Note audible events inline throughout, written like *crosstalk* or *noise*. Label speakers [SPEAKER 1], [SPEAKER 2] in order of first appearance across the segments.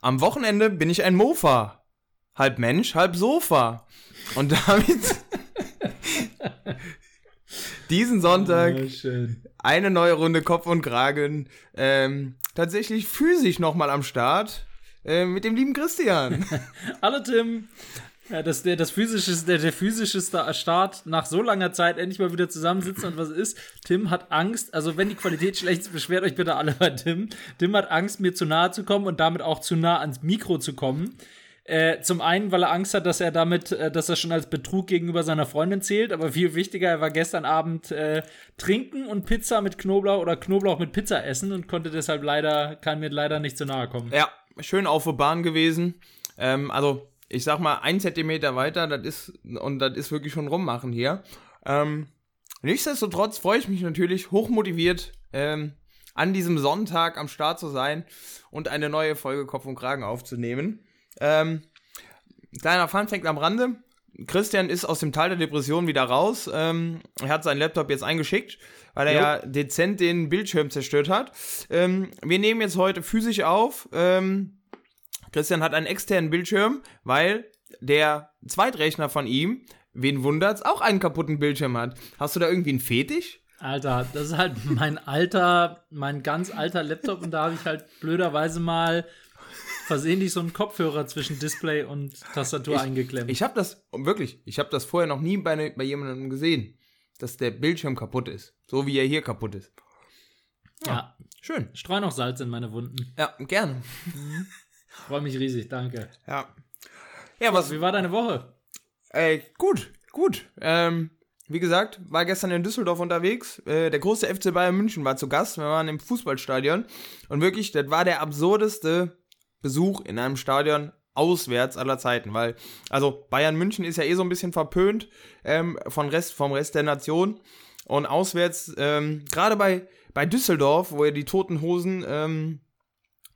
[SPEAKER 1] am Wochenende bin ich ein Mofa. Halb Mensch, halb Sofa. Und damit *laughs* diesen Sonntag
[SPEAKER 2] Ah, schön.
[SPEAKER 1] eine neue Runde Kopf und Kragen. Ähm, tatsächlich physisch nochmal am Start. äh, Mit dem lieben Christian.
[SPEAKER 2] Hallo Tim. Ja, das, der, das physische, der, der physische Sta- Start nach so langer Zeit endlich mal wieder zusammensitzen und was ist? Tim hat Angst, also wenn die Qualität schlecht ist, beschwert euch bitte alle bei Tim. Tim hat Angst, mir zu nahe zu kommen und damit auch zu nah ans Mikro zu kommen. Äh, zum einen, weil er Angst hat, dass er damit, äh, dass er schon als Betrug gegenüber seiner Freundin zählt, aber viel wichtiger, er war gestern Abend äh, trinken und Pizza mit Knoblauch oder Knoblauch mit Pizza essen und konnte deshalb leider, kann mir leider nicht zu nahe kommen.
[SPEAKER 1] ja, schön auf der Bahn gewesen. Ähm, also, ich sag mal, ein Zentimeter weiter, das ist, und das ist wirklich schon rummachen hier. Ähm, nichtsdestotrotz freue ich mich natürlich hochmotiviert, ähm, an diesem Sonntag am Start zu sein und eine neue Folge Kopf und Kragen aufzunehmen. Ähm, kleiner Funfact am Rande. Christian ist aus dem Tal der Depression wieder raus. Ähm, er hat seinen Laptop jetzt eingeschickt, weil er
[SPEAKER 2] Jo.
[SPEAKER 1] ja dezent den Bildschirm zerstört hat. Ähm, wir nehmen jetzt heute physisch auf. Ähm, Christian hat einen externen Bildschirm, weil der Zweitrechner von ihm, wen wundert's, auch einen kaputten Bildschirm hat. Hast du da irgendwie einen Fetisch?
[SPEAKER 2] Alter, das ist halt *laughs* mein alter, mein ganz alter Laptop und da habe ich halt blöderweise mal versehentlich so einen Kopfhörer zwischen Display und Tastatur eingeklemmt.
[SPEAKER 1] Ich habe das, wirklich, ich habe das vorher noch nie bei, ne, bei jemandem gesehen, dass der Bildschirm kaputt ist. So wie er hier kaputt ist.
[SPEAKER 2] ja,
[SPEAKER 1] Schön.
[SPEAKER 2] streu noch Salz in meine Wunden.
[SPEAKER 1] Ja, gerne.
[SPEAKER 2] Freue mich riesig, danke.
[SPEAKER 1] Ja. Ja, was,
[SPEAKER 2] Wie war deine Woche?
[SPEAKER 1] Äh, gut, gut. Ähm, wie gesagt, war gestern in Düsseldorf unterwegs. Äh, der große FC Bayern München war zu Gast. Wir waren im Fußballstadion. Und wirklich, das war der absurdeste Besuch in einem Stadion auswärts aller Zeiten. Weil, also Bayern München ist ja eh so ein bisschen verpönt ähm, von Rest, vom Rest der Nation. Und auswärts, ähm, gerade bei, bei Düsseldorf, wo ja die toten Hosen ähm,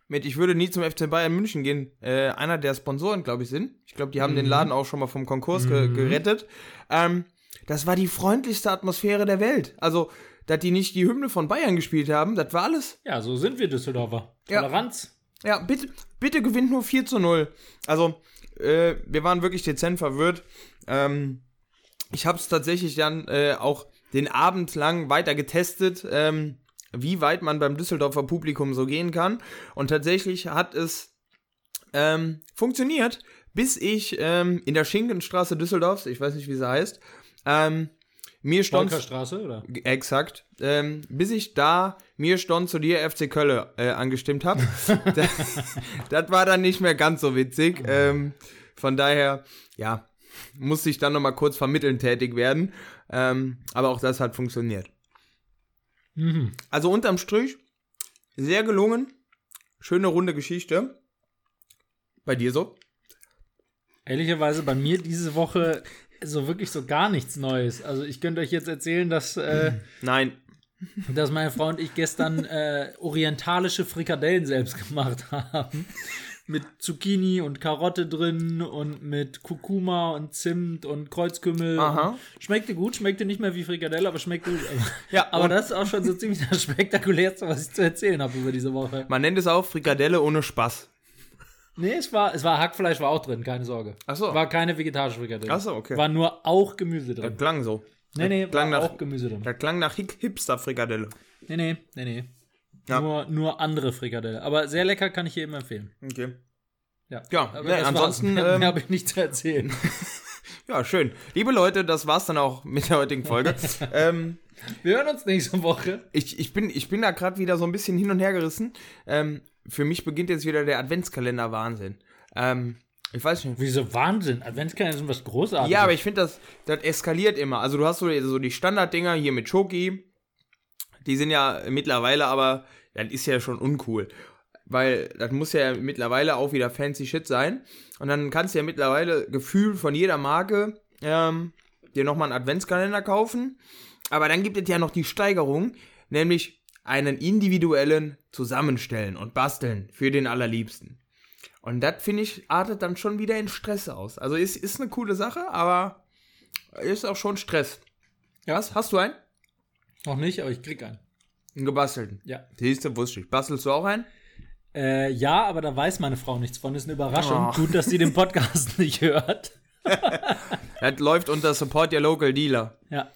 [SPEAKER 1] mit Ich würde nie zum FC Bayern München gehen, äh, einer der Sponsoren, glaube ich, sind. Ich glaube, die haben den Laden auch schon mal vom Konkurs ge gerettet. Ähm, das war die freundlichste Atmosphäre der Welt. Also, dass die nicht die Hymne von Bayern gespielt haben, das war alles.
[SPEAKER 2] Ja, so sind wir Düsseldorfer.
[SPEAKER 1] Ja.
[SPEAKER 2] Toleranz.
[SPEAKER 1] Ja, bitte, bitte gewinnt nur 4 zu 0. Also, äh, wir waren wirklich dezent verwirrt. Ähm, ich habe es tatsächlich dann äh, auch den Abend lang weiter getestet, ähm, wie weit man beim Düsseldorfer Publikum so gehen kann. Und tatsächlich hat es ähm, funktioniert, bis ich ähm, in der Schinkenstraße Düsseldorfs, ich weiß nicht, wie sie heißt, ähm, mir stand
[SPEAKER 2] Volkerstraße, oder?
[SPEAKER 1] Exakt. Ähm, bis ich da mir Ston zu dir FC Kölle äh, angestimmt
[SPEAKER 2] *laughs*
[SPEAKER 1] habe. das, das war dann nicht mehr ganz so witzig. Ähm, von daher, ja, musste ich dann nochmal kurz vermitteln tätig werden. Ähm, aber auch das hat funktioniert.
[SPEAKER 2] Mhm.
[SPEAKER 1] Also unterm Strich, sehr gelungen. Schöne runde Geschichte. Bei dir so?
[SPEAKER 2] Ehrlicherweise bei mir diese Woche so wirklich so gar nichts Neues. Also ich könnte euch jetzt erzählen, dass. Äh,
[SPEAKER 1] Nein.
[SPEAKER 2] dass meine Frau und ich gestern äh, orientalische Frikadellen selbst gemacht haben. Mit Zucchini und Karotte drin und mit Kurkuma und Zimt und Kreuzkümmel.
[SPEAKER 1] Aha.
[SPEAKER 2] Schmeckte gut, schmeckte nicht mehr wie Frikadelle, aber schmeckte gut. *laughs*
[SPEAKER 1] Ja,
[SPEAKER 2] aber
[SPEAKER 1] und-
[SPEAKER 2] das ist auch schon so ziemlich das Spektakulärste, was ich zu erzählen habe über diese Woche.
[SPEAKER 1] Man nennt es auch Frikadelle ohne Spaß.
[SPEAKER 2] Nee, es war, es war Hackfleisch war auch drin, keine Sorge.
[SPEAKER 1] Ach so.
[SPEAKER 2] War keine vegetarische Frikadelle.
[SPEAKER 1] Ach so, okay.
[SPEAKER 2] War nur auch Gemüse drin.
[SPEAKER 1] Das klang so.
[SPEAKER 2] Nee, nee,
[SPEAKER 1] klang
[SPEAKER 2] war
[SPEAKER 1] nach-
[SPEAKER 2] auch Gemüse drin.
[SPEAKER 1] Das klang nach Hip- Hipster-Frikadelle.
[SPEAKER 2] Nee, nee, nee, nee.
[SPEAKER 1] Ja.
[SPEAKER 2] Nur, nur andere Frikadelle. Aber sehr lecker kann ich jedem empfehlen.
[SPEAKER 1] Okay.
[SPEAKER 2] Ja,
[SPEAKER 1] Ja,
[SPEAKER 2] Aber
[SPEAKER 1] nee,
[SPEAKER 2] das war's.
[SPEAKER 1] ansonsten,
[SPEAKER 2] mehr,
[SPEAKER 1] ähm,
[SPEAKER 2] mehr habe ich nicht zu erzählen.
[SPEAKER 1] Ja, schön. Liebe Leute, das war's dann auch mit der heutigen Folge. ähm,
[SPEAKER 2] Wir hören uns nächste Woche.
[SPEAKER 1] ich, ich, bin, ich bin da gerade wieder so ein bisschen hin und her gerissen. Ähm, für mich beginnt jetzt wieder der Adventskalender-Wahnsinn. Ähm, ich weiß nicht.
[SPEAKER 2] Wieso Wahnsinn? Adventskalender sind was Großartiges.
[SPEAKER 1] Ja, aber ich finde, das, das eskaliert immer. Also du hast so, so die Standarddinger hier mit Schoki. Die sind ja mittlerweile aber, das ist ja schon uncool. Weil das muss ja mittlerweile auch wieder fancy shit sein. Und dann kannst du ja mittlerweile gefühlt von jeder Marke ähm, dir nochmal einen Adventskalender kaufen. Aber dann gibt es ja noch die Steigerung, nämlich einen individuellen Zusammenstellen und Basteln für den Allerliebsten. Und das, finde ich, artet dann schon wieder in Stress aus. Also ist, ist eine coole Sache, aber ist auch schon Stress. Ja, was? Hast du einen?
[SPEAKER 2] Noch nicht, aber ich krieg einen.
[SPEAKER 1] Einen gebastelten.
[SPEAKER 2] Ja.
[SPEAKER 1] Siehst du, wusste ich. Bastelst du auch einen?
[SPEAKER 2] Äh, ja, aber da weiß meine Frau nichts von. Ist eine Überraschung.
[SPEAKER 1] Oh.
[SPEAKER 2] Gut, dass sie den Podcast *laughs* nicht hört.
[SPEAKER 1] Das läuft unter Support Your Local Dealer.
[SPEAKER 2] Ja,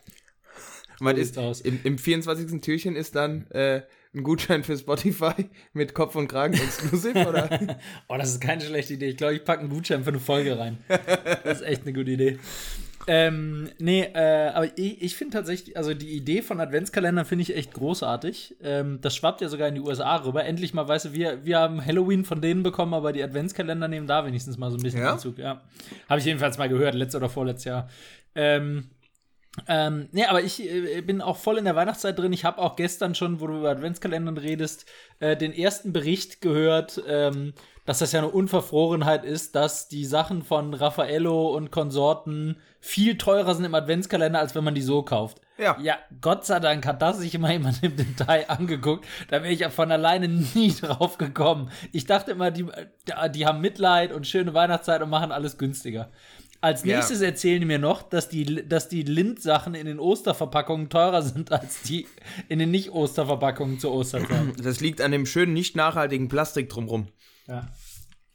[SPEAKER 1] Und was
[SPEAKER 2] So sieht's
[SPEAKER 1] ist,
[SPEAKER 2] aus.
[SPEAKER 1] Im, Im 24. Türchen ist dann äh, ein Gutschein für Spotify *laughs* mit Kopf und Kragen exklusiv,
[SPEAKER 2] *laughs*
[SPEAKER 1] oder?
[SPEAKER 2] Oh, das ist keine schlechte Idee. Ich glaube, ich packe einen Gutschein für eine Folge rein. Das ist echt eine gute Idee. Ähm, nee, äh, aber ich, ich finde tatsächlich, also die Idee von Adventskalender finde ich echt großartig. Ähm, das schwappt ja sogar in die USA rüber. Endlich mal, weißt du, wir, wir haben Halloween von denen bekommen, aber die Adventskalender nehmen da wenigstens mal so ein bisschen
[SPEAKER 1] Ja?
[SPEAKER 2] Bezug. Ja. Habe ich jedenfalls mal gehört, letztes oder vorletztes Jahr. Ähm, ähm, nee, aber ich äh, bin auch voll in der Weihnachtszeit drin. Ich habe auch gestern schon, wo du über Adventskalendern redest, äh, den ersten Bericht gehört, ähm, dass das ja eine Unverfrorenheit ist, dass die Sachen von Raffaello und Konsorten viel teurer sind im Adventskalender, als wenn man die so kauft.
[SPEAKER 1] Ja.
[SPEAKER 2] *laughs* Ja, Gott sei Dank hat das sich immer jemand im Detail angeguckt. Da wäre ich ja von alleine nie *laughs* drauf gekommen. Ich dachte immer, die, die haben Mitleid und schöne Weihnachtszeit und machen alles günstiger. Als
[SPEAKER 1] Ja.
[SPEAKER 2] nächstes erzählen die mir noch, dass die, dass die Lind-Sachen in den Osterverpackungen teurer sind als die in den Nicht-Osterverpackungen zur
[SPEAKER 1] *clears throat*
[SPEAKER 2] Osterzeit.
[SPEAKER 1] Das liegt an dem schönen, nicht nachhaltigen Plastik drumrum.
[SPEAKER 2] ja.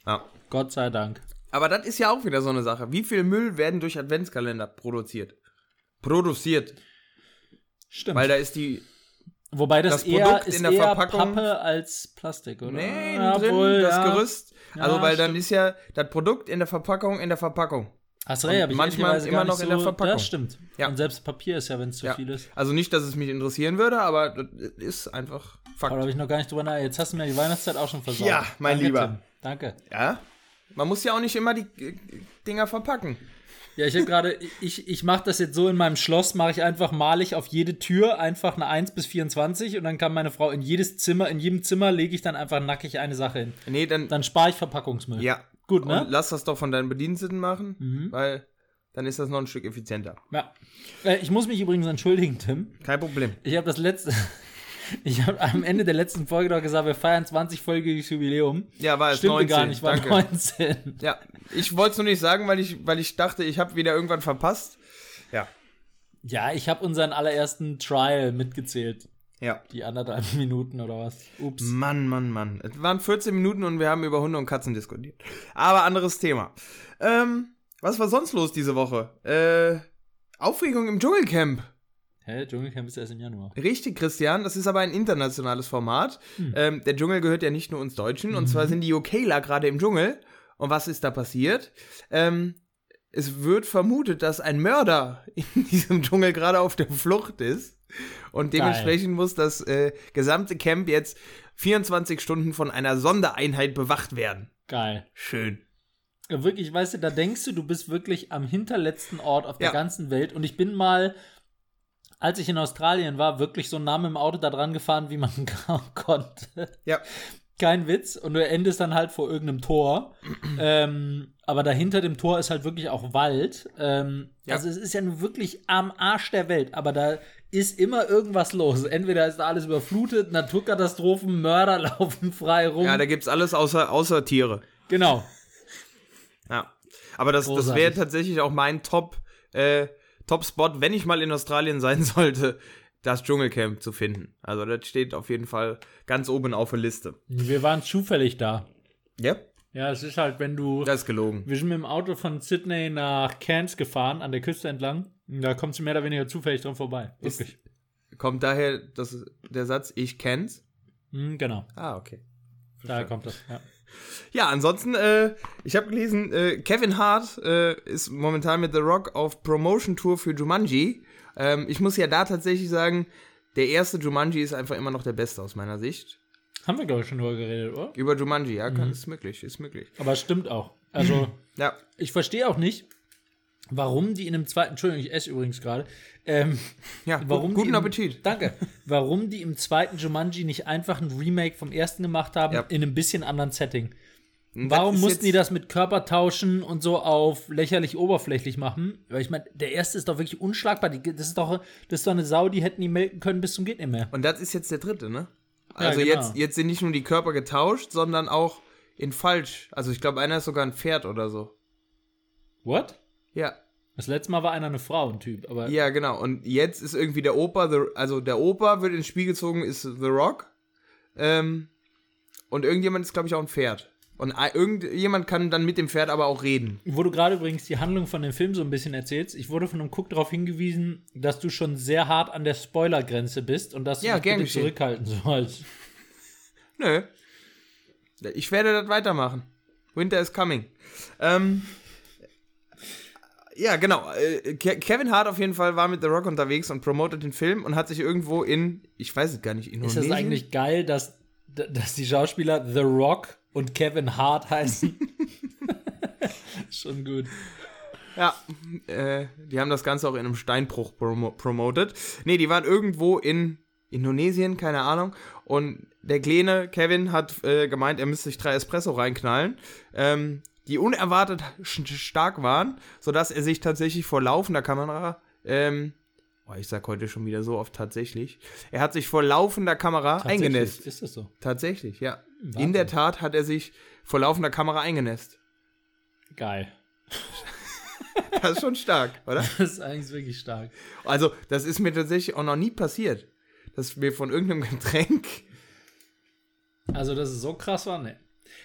[SPEAKER 1] Ja.
[SPEAKER 2] Gott sei Dank.
[SPEAKER 1] Aber das ist ja auch wieder so eine Sache. Wie viel Müll werden durch Adventskalender produziert? Produziert.
[SPEAKER 2] Stimmt.
[SPEAKER 1] Weil da ist die.
[SPEAKER 2] Wobei das,
[SPEAKER 1] das
[SPEAKER 2] eher,
[SPEAKER 1] Produkt
[SPEAKER 2] ist
[SPEAKER 1] in der
[SPEAKER 2] eher
[SPEAKER 1] Verpackung-
[SPEAKER 2] Pappe als Plastik, oder?
[SPEAKER 1] Nee,
[SPEAKER 2] Ja,
[SPEAKER 1] drin,
[SPEAKER 2] wohl,
[SPEAKER 1] das
[SPEAKER 2] Ah, ja.
[SPEAKER 1] Gerüst. Also,
[SPEAKER 2] Ja,
[SPEAKER 1] weil dann ist ja das Produkt in der Verpackung in der Verpackung.
[SPEAKER 2] Hast recht, aber ich
[SPEAKER 1] manchmal
[SPEAKER 2] ehrlicherweise
[SPEAKER 1] immer
[SPEAKER 2] gar nicht
[SPEAKER 1] noch in der
[SPEAKER 2] so,
[SPEAKER 1] Verpackung.
[SPEAKER 2] Das stimmt.
[SPEAKER 1] Ja.
[SPEAKER 2] Und selbst Papier ist ja, wenn es zu
[SPEAKER 1] Ja.
[SPEAKER 2] viel ist.
[SPEAKER 1] Also nicht, dass es mich interessieren würde, aber das ist einfach
[SPEAKER 2] Aber da
[SPEAKER 1] Fakt.
[SPEAKER 2] habe ich noch gar nicht drüber nach. Jetzt hast du mir die Weihnachtszeit auch schon versaut.
[SPEAKER 1] Ja, mein
[SPEAKER 2] Danke,
[SPEAKER 1] Lieber.
[SPEAKER 2] Tim. Danke.
[SPEAKER 1] Ja? Man muss ja auch nicht immer die äh, Dinger verpacken.
[SPEAKER 2] Ja, ich habe gerade, ich, ich mache das jetzt so in meinem Schloss, mache ich einfach malig auf jede Tür einfach eine 1 bis 24 und dann kann meine Frau in jedes Zimmer, in jedem Zimmer lege ich dann einfach nackig eine Sache hin.
[SPEAKER 1] Nee, dann.
[SPEAKER 2] Dann spare ich Verpackungsmüll.
[SPEAKER 1] ja.
[SPEAKER 2] Gut, ne? Mhm.
[SPEAKER 1] Und lass das doch von deinen Bediensteten machen, weil dann ist das noch ein Stück effizienter.
[SPEAKER 2] ja. Äh, ich muss mich übrigens entschuldigen, Tim.
[SPEAKER 1] Kein Problem.
[SPEAKER 2] Ich habe das letzte. *laughs* Ich habe am Ende der letzten Folge doch gesagt, wir feiern 20-folgiges Jubiläum.
[SPEAKER 1] Ja, war es
[SPEAKER 2] Stimmt
[SPEAKER 1] 19.
[SPEAKER 2] gar nicht, war
[SPEAKER 1] Danke.
[SPEAKER 2] 19.
[SPEAKER 1] Ja, ich wollte es nur nicht sagen, weil ich, weil ich dachte, ich habe wieder irgendwann verpasst. Ja.
[SPEAKER 2] Ja, ich habe unseren allerersten Trial mitgezählt.
[SPEAKER 1] Ja.
[SPEAKER 2] Die anderthalb Minuten oder was. Ups.
[SPEAKER 1] Mann, Mann, Mann. Es waren 14 Minuten und wir haben über Hunde und Katzen diskutiert. Aber anderes Thema. Ähm, was war sonst los diese Woche? Äh, Aufregung im Dschungelcamp.
[SPEAKER 2] Hä, Dschungelcamp ist erst im Januar.
[SPEAKER 1] Richtig, Christian, das ist aber ein internationales Format. Ähm, der Dschungel gehört ja nicht nur uns Deutschen. Und zwar sind die UKler gerade im Dschungel. Und was ist da passiert? Ähm, es wird vermutet, dass ein Mörder *laughs* in diesem Dschungel gerade auf der Flucht ist. Und
[SPEAKER 2] Geil.
[SPEAKER 1] dementsprechend muss das äh, gesamte Camp jetzt 24 Stunden von einer Sondereinheit bewacht werden.
[SPEAKER 2] Geil.
[SPEAKER 1] Schön.
[SPEAKER 2] Ja, Wirklich, weißt du, da denkst du, du bist wirklich am hinterletzten Ort auf der
[SPEAKER 1] Ja.
[SPEAKER 2] ganzen Welt. Und ich bin mal, als ich in Australien war, wirklich so nah mit dem Auto da dran gefahren, wie man *laughs* kaum konnte.
[SPEAKER 1] Ja.
[SPEAKER 2] Kein Witz. Und du endest dann halt vor
[SPEAKER 1] *clears throat*
[SPEAKER 2] irgendeinem Tor. ähm, aber dahinter dem Tor ist halt wirklich auch Wald. Ähm,
[SPEAKER 1] Ja.
[SPEAKER 2] Also es ist ja nun wirklich am Arsch der Welt. Aber da ist immer irgendwas los. Entweder ist da alles überflutet, Naturkatastrophen, Mörder *laughs* laufen frei rum.
[SPEAKER 1] Ja, da gibt's alles außer, außer Tiere.
[SPEAKER 2] genau.
[SPEAKER 1] Ja. Aber das, das
[SPEAKER 2] Großartig.
[SPEAKER 1] wäre tatsächlich auch mein Top, äh, Top-Spot, wenn ich mal in Australien *laughs* sein sollte, das Dschungelcamp zu finden. Also das steht auf jeden Fall ganz oben auf der Liste.
[SPEAKER 2] *laughs* Wir waren zufällig da.
[SPEAKER 1] Ja?
[SPEAKER 2] Ja, es ist halt, wenn du.
[SPEAKER 1] Das ist gelogen.
[SPEAKER 2] Wir sind mit dem Auto von Sydney nach Cairns gefahren, an der Küste entlang. Da kommst du mehr oder weniger zufällig dran vorbei.
[SPEAKER 1] Ist-
[SPEAKER 2] Wirklich.
[SPEAKER 1] Kommt daher das, der Satz, ich kenn's?
[SPEAKER 2] Hm, genau,
[SPEAKER 1] Ah, okay.
[SPEAKER 2] daher kommt das. Ja.
[SPEAKER 1] Ja, ansonsten, äh, ich habe gelesen, äh, Kevin Hart äh, ist momentan mit The Rock auf Promotion-Tour für Jumanji. Ähm, ich muss ja da tatsächlich sagen, der erste Jumanji ist einfach immer noch der beste aus meiner Sicht.
[SPEAKER 2] Haben wir, glaube ich, schon drüber geredet, oder?
[SPEAKER 1] Über Jumanji, ja, kann, ist möglich, ist möglich.
[SPEAKER 2] Aber es stimmt auch. Also,
[SPEAKER 1] Ja,
[SPEAKER 2] ich verstehe auch nicht, warum die in einem zweiten. Entschuldigung, ich esse übrigens gerade. Ähm,
[SPEAKER 1] ja
[SPEAKER 2] warum
[SPEAKER 1] gu-
[SPEAKER 2] die
[SPEAKER 1] guten
[SPEAKER 2] im,
[SPEAKER 1] Appetit.
[SPEAKER 2] Danke. Warum die im zweiten Jumanji nicht einfach ein Remake vom ersten gemacht haben,
[SPEAKER 1] Ja.
[SPEAKER 2] in einem bisschen anderen Setting.
[SPEAKER 1] Und das
[SPEAKER 2] Warum
[SPEAKER 1] ist
[SPEAKER 2] mussten die
[SPEAKER 1] jetzt-
[SPEAKER 2] das mit Körpertauschen und so auf lächerlich oberflächlich machen? Weil ich meine, der erste ist doch wirklich unschlagbar. Die, das, ist doch, das ist doch eine Sau, die hätten die melken können bis zum geht nicht mehr.
[SPEAKER 1] Und das ist jetzt der dritte, ne? Also
[SPEAKER 2] genau.
[SPEAKER 1] jetzt, jetzt sind nicht nur die Körper getauscht, sondern auch in falsch. Also ich glaube, einer ist sogar ein Pferd oder so.
[SPEAKER 2] What?
[SPEAKER 1] Ja,
[SPEAKER 2] Das letzte Mal war einer eine Frau, ein Typ. Aber
[SPEAKER 1] ja, genau. Und jetzt ist irgendwie der Opa, the, also der Opa wird ins Spiel gezogen, ist The Rock. Ähm, und irgendjemand ist, glaube ich, auch ein Pferd. Und ein- irgendjemand kann dann mit dem Pferd aber auch reden.
[SPEAKER 2] Wo du gerade übrigens die Handlung von dem Film so ein bisschen erzählst, ich wurde von einem Cook darauf hingewiesen, dass du schon sehr hart an der Spoilergrenze bist und dass du
[SPEAKER 1] Ja,
[SPEAKER 2] dich
[SPEAKER 1] gern
[SPEAKER 2] bitte
[SPEAKER 1] geschehen.
[SPEAKER 2] zurückhalten sollst.
[SPEAKER 1] Nö. Ich werde das weitermachen. Winter is coming. Ähm, ja, genau. Äh, Ke- Kevin Hart auf jeden Fall war mit The Rock unterwegs und promotet den Film und hat sich irgendwo in, ich weiß es gar nicht,
[SPEAKER 2] Ist
[SPEAKER 1] Indonesien.
[SPEAKER 2] das eigentlich geil, dass, dass die Schauspieler The Rock und Kevin Hart *laughs* heißen? schon gut.
[SPEAKER 1] Ja, äh, die haben das Ganze auch in einem Steinbruch promo promotet. Nee, die waren irgendwo in Indonesien, keine Ahnung. Und der kleine Kevin hat äh, gemeint, er müsste sich drei Espresso reinknallen, ähm, die unerwartet sch- stark waren, sodass er sich tatsächlich vor laufender Kamera, ähm, oh, ich sag heute schon wieder so oft tatsächlich, er hat sich vor laufender Kamera
[SPEAKER 2] Tatsächlich
[SPEAKER 1] eingenässt.
[SPEAKER 2] Ist das so?
[SPEAKER 1] Tatsächlich, ja.
[SPEAKER 2] Wahnsinn.
[SPEAKER 1] In der Tat hat er sich vor laufender Kamera eingenässt.
[SPEAKER 2] Geil.
[SPEAKER 1] Das ist schon stark, oder?
[SPEAKER 2] Das ist eigentlich wirklich stark.
[SPEAKER 1] Also, das ist mir tatsächlich auch noch nie passiert, dass mir von irgendeinem *laughs* Getränk.
[SPEAKER 2] Also, dass es so krass war, ne.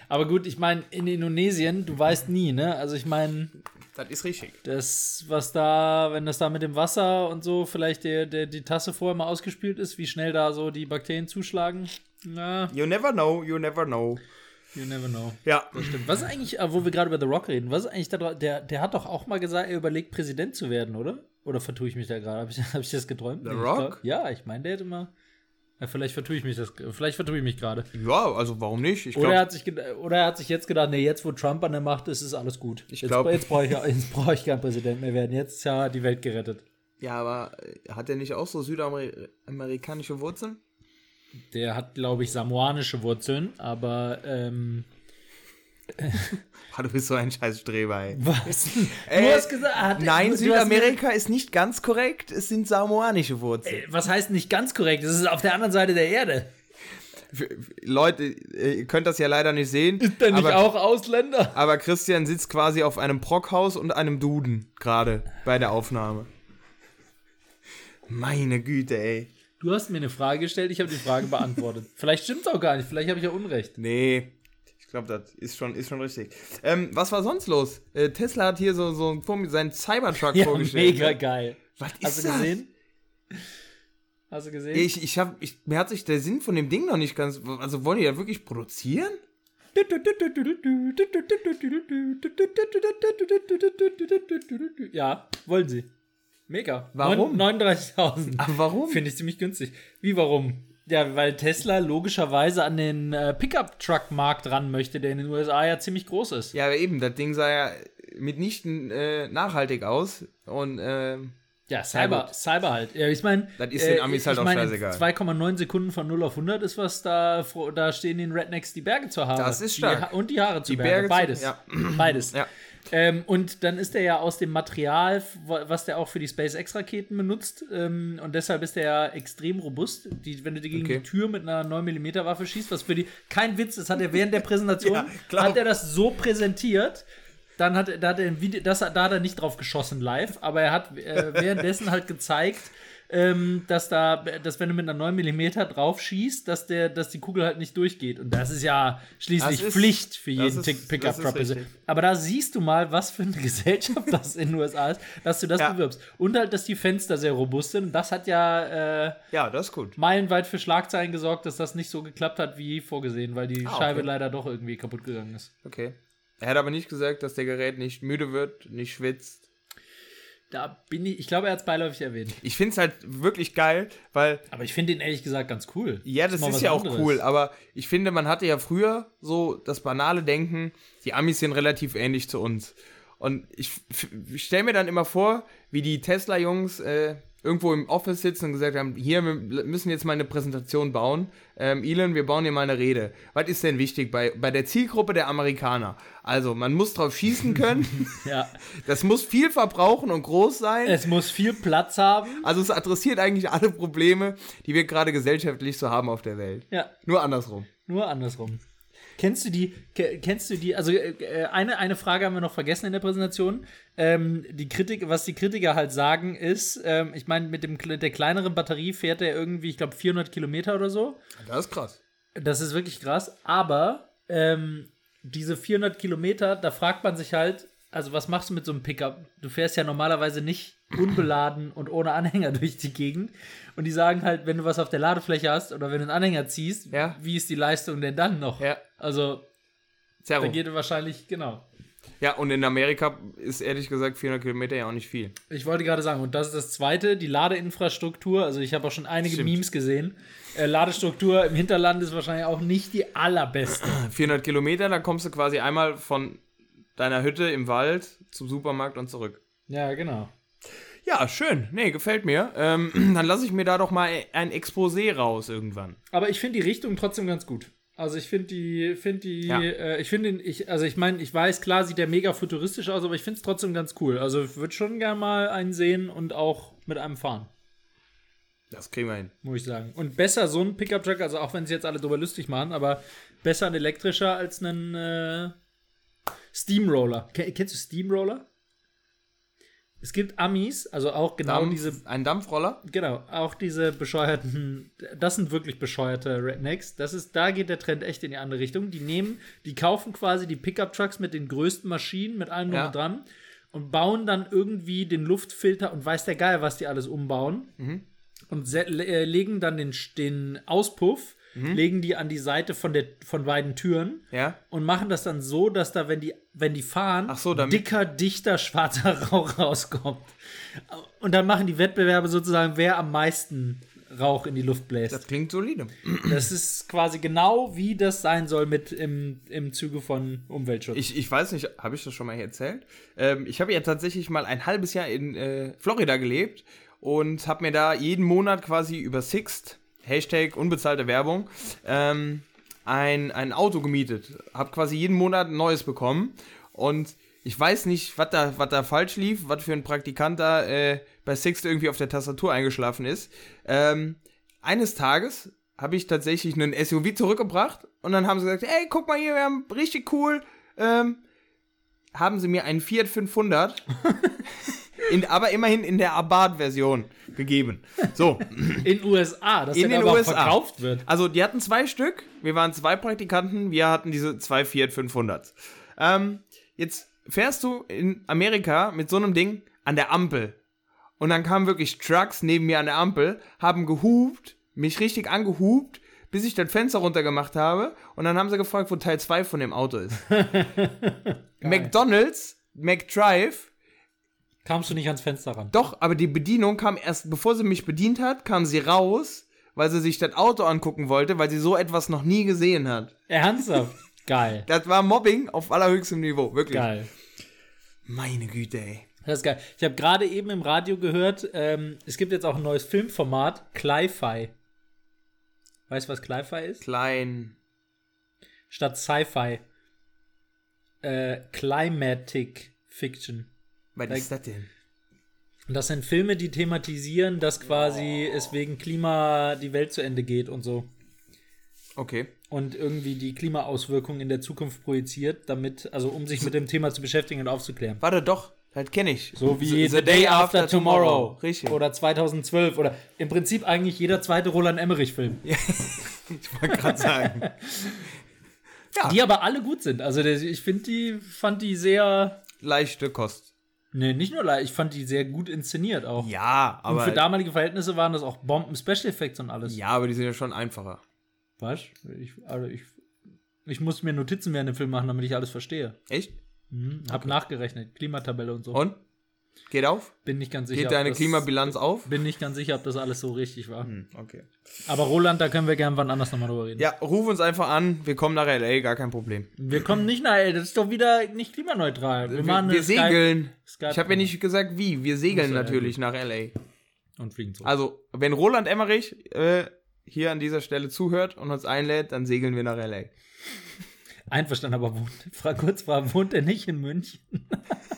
[SPEAKER 2] Aber gut, ich meine, in Indonesien, du weißt nie, ne? Also, ich meine,
[SPEAKER 1] Das ist richtig.
[SPEAKER 2] das, was da, wenn das da mit dem Wasser und so vielleicht der, der, die Tasse vorher mal ausgespült ist, wie schnell da so die Bakterien zuschlagen. Na,
[SPEAKER 1] You never know, you never know.
[SPEAKER 2] you never know.
[SPEAKER 1] Ja.
[SPEAKER 2] Stimmt. Was ist eigentlich, äh, wo wir gerade über The Rock reden, was ist eigentlich da dra- der, der hat doch auch mal gesagt, er überlegt, Präsident zu werden, oder? Oder vertue ich mich da gerade? Habe ich, *laughs* hab ich das geträumt?
[SPEAKER 1] The
[SPEAKER 2] ich
[SPEAKER 1] Rock?
[SPEAKER 2] glaub- ja, ich meine, der hätte mal. Ja, vielleicht vertue ich mich das, vielleicht vertue ich mich gerade.
[SPEAKER 1] Ja, also warum nicht? Ich
[SPEAKER 2] Oder er,
[SPEAKER 1] glaube,
[SPEAKER 2] hat sich, ged- oder er hat sich jetzt gedacht, nee, jetzt wo Trump an der Macht ist, ist alles gut.
[SPEAKER 1] Ich
[SPEAKER 2] jetzt
[SPEAKER 1] glaub-
[SPEAKER 2] jetzt brauche ich, *laughs* jetzt brauch ich kein Präsident mehr werden. Jetzt ist ja die Welt gerettet.
[SPEAKER 1] ja, aber äh, hat er nicht auch so südamerikanische Wurzeln?
[SPEAKER 2] Der hat, glaube ich, samoanische Wurzeln, aber ähm,
[SPEAKER 1] Ah, du bist so ein scheiß Streber, ey.
[SPEAKER 2] was?
[SPEAKER 1] Äh,
[SPEAKER 2] *laughs* du hast gesagt, hat, du
[SPEAKER 1] Nein,
[SPEAKER 2] hast
[SPEAKER 1] Südamerika ist nicht ganz korrekt. Es sind samoanische Wurzeln.
[SPEAKER 2] mir- was heißt nicht ganz korrekt? Das ist auf der anderen Seite der Erde.
[SPEAKER 1] Für- für- Leute, äh, ihr könnt das ja leider nicht sehen.
[SPEAKER 2] Ist der nicht
[SPEAKER 1] aber,
[SPEAKER 2] auch Ausländer?
[SPEAKER 1] aber Christian sitzt quasi auf einem Brockhaus und einem Duden gerade bei der Aufnahme. Meine Güte, ey.
[SPEAKER 2] Du hast mir eine Frage gestellt, ich habe die Frage beantwortet. *laughs* vielleicht stimmt es auch gar nicht, vielleicht habe ich ja Unrecht.
[SPEAKER 1] Nee, ich glaube, das ist schon, ist schon richtig. Ähm, was war sonst los? Äh, Tesla hat hier so, so ein Pump- seinen Cybertruck
[SPEAKER 2] Ja,
[SPEAKER 1] vorgestellt. ne?
[SPEAKER 2] mega geil.
[SPEAKER 1] Was ist
[SPEAKER 2] ne? Hast du
[SPEAKER 1] das?
[SPEAKER 2] gesehen? Hast du gesehen?
[SPEAKER 1] Ich, ich hab, ich, mir hat sich der Sinn von dem Ding noch nicht ganz. Also wollen die da wirklich produzieren?
[SPEAKER 2] Ja, wollen sie. Mega.
[SPEAKER 1] Warum?
[SPEAKER 2] Neun- 39.000.
[SPEAKER 1] Aber warum?
[SPEAKER 2] Finde ich ziemlich günstig. Wie warum? Ja, weil Tesla logischerweise an den äh, Pickup-Truck-Markt ran möchte, der in den USA ja ziemlich groß ist. Ja,
[SPEAKER 1] Ja, aber eben, das Ding sah ja mitnichten äh, nachhaltig aus. Und ähm,
[SPEAKER 2] Cyber,
[SPEAKER 1] gut.
[SPEAKER 2] Cyber halt. Ja, ich meine,
[SPEAKER 1] Das ist den Amis halt auch scheißegal.
[SPEAKER 2] 2,9 Sekunden von 0 auf 100 ist was da, fro- da stehen den Rednecks die Berge zur Haare.
[SPEAKER 1] Das ist
[SPEAKER 2] Die,
[SPEAKER 1] stark.
[SPEAKER 2] Ha- und die Haare zu
[SPEAKER 1] Die
[SPEAKER 2] Berge.
[SPEAKER 1] Berge zu-
[SPEAKER 2] Beides.
[SPEAKER 1] ja.
[SPEAKER 2] Beides.
[SPEAKER 1] ja.
[SPEAKER 2] Ähm, und dann ist er ja aus dem Material, wa- was der auch für die SpaceX-Raketen benutzt. Ähm, und deshalb ist er ja extrem robust. Die, wenn du die gegen
[SPEAKER 1] Okay.
[SPEAKER 2] die Tür mit einer 9mm Waffe schießt, was für die. Kein Witz, das hat er während der Präsentation,
[SPEAKER 1] Ja, glaub.
[SPEAKER 2] hat er das so präsentiert. Dann hat, er- da hat er ein Video, das, da hat er nicht drauf geschossen live, aber er hat äh, währenddessen halt gezeigt, ähm, dass da, dass wenn du mit einer 9mm drauf schießt, dass der, dass die Kugel halt nicht durchgeht. Und das ist ja schließlich
[SPEAKER 1] Das ist-
[SPEAKER 2] Pflicht für
[SPEAKER 1] das
[SPEAKER 2] jeden
[SPEAKER 1] ist-
[SPEAKER 2] Tick-
[SPEAKER 1] das ist
[SPEAKER 2] Pickup-Truck. ist.
[SPEAKER 1] richtig.
[SPEAKER 2] Aber da siehst du mal, was für eine *laughs* Gesellschaft das in den USA ist, dass du das
[SPEAKER 1] Ja.
[SPEAKER 2] bewirbst. Und halt, dass die Fenster sehr robust sind. Das hat ja äh,
[SPEAKER 1] ja, das ist gut.
[SPEAKER 2] meilenweit für Schlagzeilen gesorgt, dass das nicht so geklappt hat wie vorgesehen, weil die
[SPEAKER 1] Ah, okay.
[SPEAKER 2] Scheibe leider doch irgendwie kaputt gegangen ist.
[SPEAKER 1] Okay. Er hat aber nicht gesagt, dass der Gerät nicht müde wird, nicht schwitzt.
[SPEAKER 2] Da bin ich, ich glaube, er hat es beiläufig erwähnt.
[SPEAKER 1] Ich finde es halt wirklich geil, weil
[SPEAKER 2] Aber ich finde ihn ehrlich gesagt ganz cool.
[SPEAKER 1] Ja, das
[SPEAKER 2] mal was
[SPEAKER 1] ist ja auch
[SPEAKER 2] anderes.
[SPEAKER 1] cool, aber ich finde, man hatte ja früher so das banale Denken, die Amis sind relativ ähnlich zu uns. Und ich, f- ich stelle mir dann immer vor, wie die Tesla-Jungs äh, irgendwo im Office sitzen und gesagt haben, hier, wir müssen jetzt mal eine Präsentation bauen. Ähm, Elon, wir bauen dir mal eine Rede. Was ist denn wichtig bei, bei der Zielgruppe der Amerikaner? Also, man muss drauf schießen können,
[SPEAKER 2] *laughs* Ja.
[SPEAKER 1] das muss viel verbrauchen und groß sein.
[SPEAKER 2] Es muss viel Platz haben.
[SPEAKER 1] Also, es adressiert eigentlich alle Probleme, die wir gerade gesellschaftlich so haben auf der Welt.
[SPEAKER 2] Ja,
[SPEAKER 1] Nur andersrum.
[SPEAKER 2] Nur andersrum. Kennst du die, ke- kennst du die, also äh, eine, eine Frage haben wir noch vergessen in der Präsentation. Ähm, die Kritik, was die Kritiker halt sagen, ist, ähm, ich meine, mit dem, kle- der kleineren Batterie fährt er irgendwie, ich glaube, 400 Kilometer oder so.
[SPEAKER 1] Das ist krass.
[SPEAKER 2] Das ist wirklich krass. Aber ähm, diese 400 Kilometer, da fragt man sich halt, also was machst du mit so einem Pickup? Du fährst ja normalerweise nicht unbeladen und ohne Anhänger *laughs* durch die Gegend. Und die sagen halt, wenn du was auf der Ladefläche hast oder wenn du einen Anhänger ziehst,
[SPEAKER 1] Ja.
[SPEAKER 2] wie ist die Leistung denn dann noch?
[SPEAKER 1] Ja.
[SPEAKER 2] Also da
[SPEAKER 1] Zerro.
[SPEAKER 2] geht wahrscheinlich, genau.
[SPEAKER 1] Ja, und in Amerika ist ehrlich gesagt 400 Kilometer ja auch nicht viel.
[SPEAKER 2] Ich wollte gerade sagen, und das ist das zweite, die Ladeinfrastruktur. Also ich habe auch schon einige
[SPEAKER 1] Stimmt.
[SPEAKER 2] Memes gesehen. Äh, Ladestruktur im Hinterland ist wahrscheinlich auch nicht die allerbeste.
[SPEAKER 1] 400 Kilometer, da kommst du quasi einmal von deiner Hütte im Wald zum Supermarkt und zurück.
[SPEAKER 2] ja, genau.
[SPEAKER 1] Ja, schön. Nee, gefällt mir. Ähm, *clears throat* dann lasse ich mir da doch mal ein Exposé raus irgendwann.
[SPEAKER 2] Aber ich finde die Richtung trotzdem ganz gut. Also ich finde die, finde die,
[SPEAKER 1] Ja.
[SPEAKER 2] äh, ich finde, ihn- ich, also ich meine, ich weiß, klar sieht der mega futuristisch aus, aber ich finde es trotzdem ganz cool. Also ich würde schon gerne mal einen sehen und auch mit einem fahren,
[SPEAKER 1] Das kriegen wir hin.
[SPEAKER 2] muss ich sagen. Und besser so ein Pickup-Truck, also auch wenn es jetzt alle drüber lustig machen, aber besser ein elektrischer als einen äh, Steamroller. Ke- kennst du Steamroller? Es gibt Amis, also auch genau
[SPEAKER 1] Dampf,
[SPEAKER 2] diese
[SPEAKER 1] ein Dampfroller?
[SPEAKER 2] Genau, auch diese bescheuerten, das sind wirklich bescheuerte Rednecks. Das ist, da geht der Trend echt in die andere Richtung. Die nehmen, die kaufen quasi die Pickup-Trucks mit den größten Maschinen, mit allem drum
[SPEAKER 1] Ja.
[SPEAKER 2] und dran und bauen dann irgendwie den Luftfilter und weiß der Geil, was die alles umbauen und se- le- äh, legen dann den, Sch- den Auspuff, legen die an die Seite von, der, von beiden Türen
[SPEAKER 1] Ja.
[SPEAKER 2] und machen das dann so, dass da, wenn die, wenn die fahren,
[SPEAKER 1] Ach so, damit-
[SPEAKER 2] dicker, dichter, schwarzer *laughs* Rauch rauskommt. Und dann machen die Wettbewerbe sozusagen, wer am meisten Rauch in die Luft
[SPEAKER 1] Das
[SPEAKER 2] bläst.
[SPEAKER 1] klingt solide.
[SPEAKER 2] Das ist quasi genau wie das sein soll mit im, im Zuge von Umweltschutz.
[SPEAKER 1] Äh, Ich, ich weiß nicht, habe ich das schon mal hier erzählt? Ähm, ich habe ja tatsächlich mal ein halbes Jahr in äh, Florida gelebt und habe mir da jeden Monat quasi über Sixt, Hashtag unbezahlte Werbung, ähm, ein, ein Auto gemietet. Habe quasi jeden Monat ein neues bekommen und ich weiß nicht, was da, was da falsch lief, was für ein Praktikant da äh, bei Sixt irgendwie auf der Tastatur eingeschlafen ist. Ähm, eines Tages habe ich tatsächlich einen SUV zurückgebracht und dann haben sie gesagt, ey, guck mal hier, wir haben richtig cool, ähm, haben sie mir einen Fiat 500, in, aber immerhin in der Abarth-Version gegeben. So,
[SPEAKER 2] in USA, das
[SPEAKER 1] in
[SPEAKER 2] dann
[SPEAKER 1] den
[SPEAKER 2] aber auch
[SPEAKER 1] USA.
[SPEAKER 2] verkauft wird.
[SPEAKER 1] also die hatten zwei Stück, wir waren zwei Praktikanten, wir hatten diese zwei Fiat 500. Ähm, jetzt fährst du in Amerika mit so einem Ding an der Ampel. Und dann kamen wirklich Trucks neben mir an der Ampel, haben gehupt, mich richtig angehupt, bis ich das Fenster runtergemacht habe. Und dann haben sie gefragt, wo Teil 2 von dem Auto ist. McDonalds, McDrive,
[SPEAKER 2] Kamst du nicht ans Fenster ran?
[SPEAKER 1] doch, aber die Bedienung kam erst, bevor sie mich bedient hat, kam sie raus, weil sie sich das Auto angucken wollte, weil sie so etwas noch nie gesehen hat.
[SPEAKER 2] Ernsthaft?
[SPEAKER 1] *laughs*
[SPEAKER 2] Geil.
[SPEAKER 1] Das war Mobbing auf allerhöchstem Niveau, wirklich.
[SPEAKER 2] Geil.
[SPEAKER 1] Meine Güte, ey.
[SPEAKER 2] Das ist geil. Ich habe gerade eben im Radio gehört, ähm, es gibt jetzt auch ein neues Filmformat, Cli-Fi. Weißt du, was Cli-Fi ist?
[SPEAKER 1] Klein.
[SPEAKER 2] Statt Sci-Fi. Äh, Climatic Fiction.
[SPEAKER 1] Was
[SPEAKER 2] Like-
[SPEAKER 1] ist das denn?
[SPEAKER 2] Und das sind Filme, die thematisieren, dass quasi es wegen Klima die Welt zu Ende geht und so.
[SPEAKER 1] Okay.
[SPEAKER 2] Und irgendwie die Klimaauswirkungen in der Zukunft projiziert, damit, also um sich mit dem Thema zu beschäftigen und aufzuklären.
[SPEAKER 1] Warte doch, das kenne ich.
[SPEAKER 2] So wie The, Day After, Tomorrow.
[SPEAKER 1] Richtig.
[SPEAKER 2] Oder 2012. Oder im Prinzip eigentlich jeder zweite Roland Emmerich-Film.
[SPEAKER 1] ich wollte gerade sagen.
[SPEAKER 2] *laughs*
[SPEAKER 1] Ja.
[SPEAKER 2] Die aber alle gut sind. Also der- ich finde die, fand die sehr.
[SPEAKER 1] Leichte Kost.
[SPEAKER 2] Nee, nicht nur leicht, ich fand die sehr gut inszeniert auch.
[SPEAKER 1] Ja,
[SPEAKER 2] und für
[SPEAKER 1] aber.
[SPEAKER 2] damalige Verhältnisse waren das auch Bomben-Special-Effects und alles.
[SPEAKER 1] Ja, aber die sind ja schon einfacher.
[SPEAKER 2] Was? Ich, also ich, ich muss mir Notizen während dem Film machen, damit ich alles verstehe.
[SPEAKER 1] Echt?
[SPEAKER 2] Mhm. Hab nachgerechnet, Klimatabelle und so.
[SPEAKER 1] Und? Geht auf?
[SPEAKER 2] Bin nicht ganz sicher.
[SPEAKER 1] Geht
[SPEAKER 2] ob
[SPEAKER 1] deine
[SPEAKER 2] das-
[SPEAKER 1] Klimabilanz auf?
[SPEAKER 2] Bin nicht ganz sicher, ob das alles so richtig war.
[SPEAKER 1] Hm, okay.
[SPEAKER 2] Aber Roland, da können wir gerne wann anders nochmal drüber reden.
[SPEAKER 1] Ja, ruf uns einfach an. Wir kommen nach L.A., gar kein Problem.
[SPEAKER 2] Wir kommen nicht nach, ey, das ist doch wieder nicht klimaneutral. Wir, machen
[SPEAKER 1] Wir,
[SPEAKER 2] eine
[SPEAKER 1] wir
[SPEAKER 2] Skype-
[SPEAKER 1] segeln.
[SPEAKER 2] Skype-
[SPEAKER 1] Ich habe ja nicht gesagt, wie. Wir segeln
[SPEAKER 2] Muss er
[SPEAKER 1] natürlich nach L.A.
[SPEAKER 2] Und fliegen zurück.
[SPEAKER 1] Also, wenn Roland Emmerich äh, hier an dieser Stelle zuhört und uns einlädt, dann segeln wir nach L.A.
[SPEAKER 2] Einverstanden, aber wohnt, *laughs* frag kurz fragen, wohnt er nicht in München? *laughs*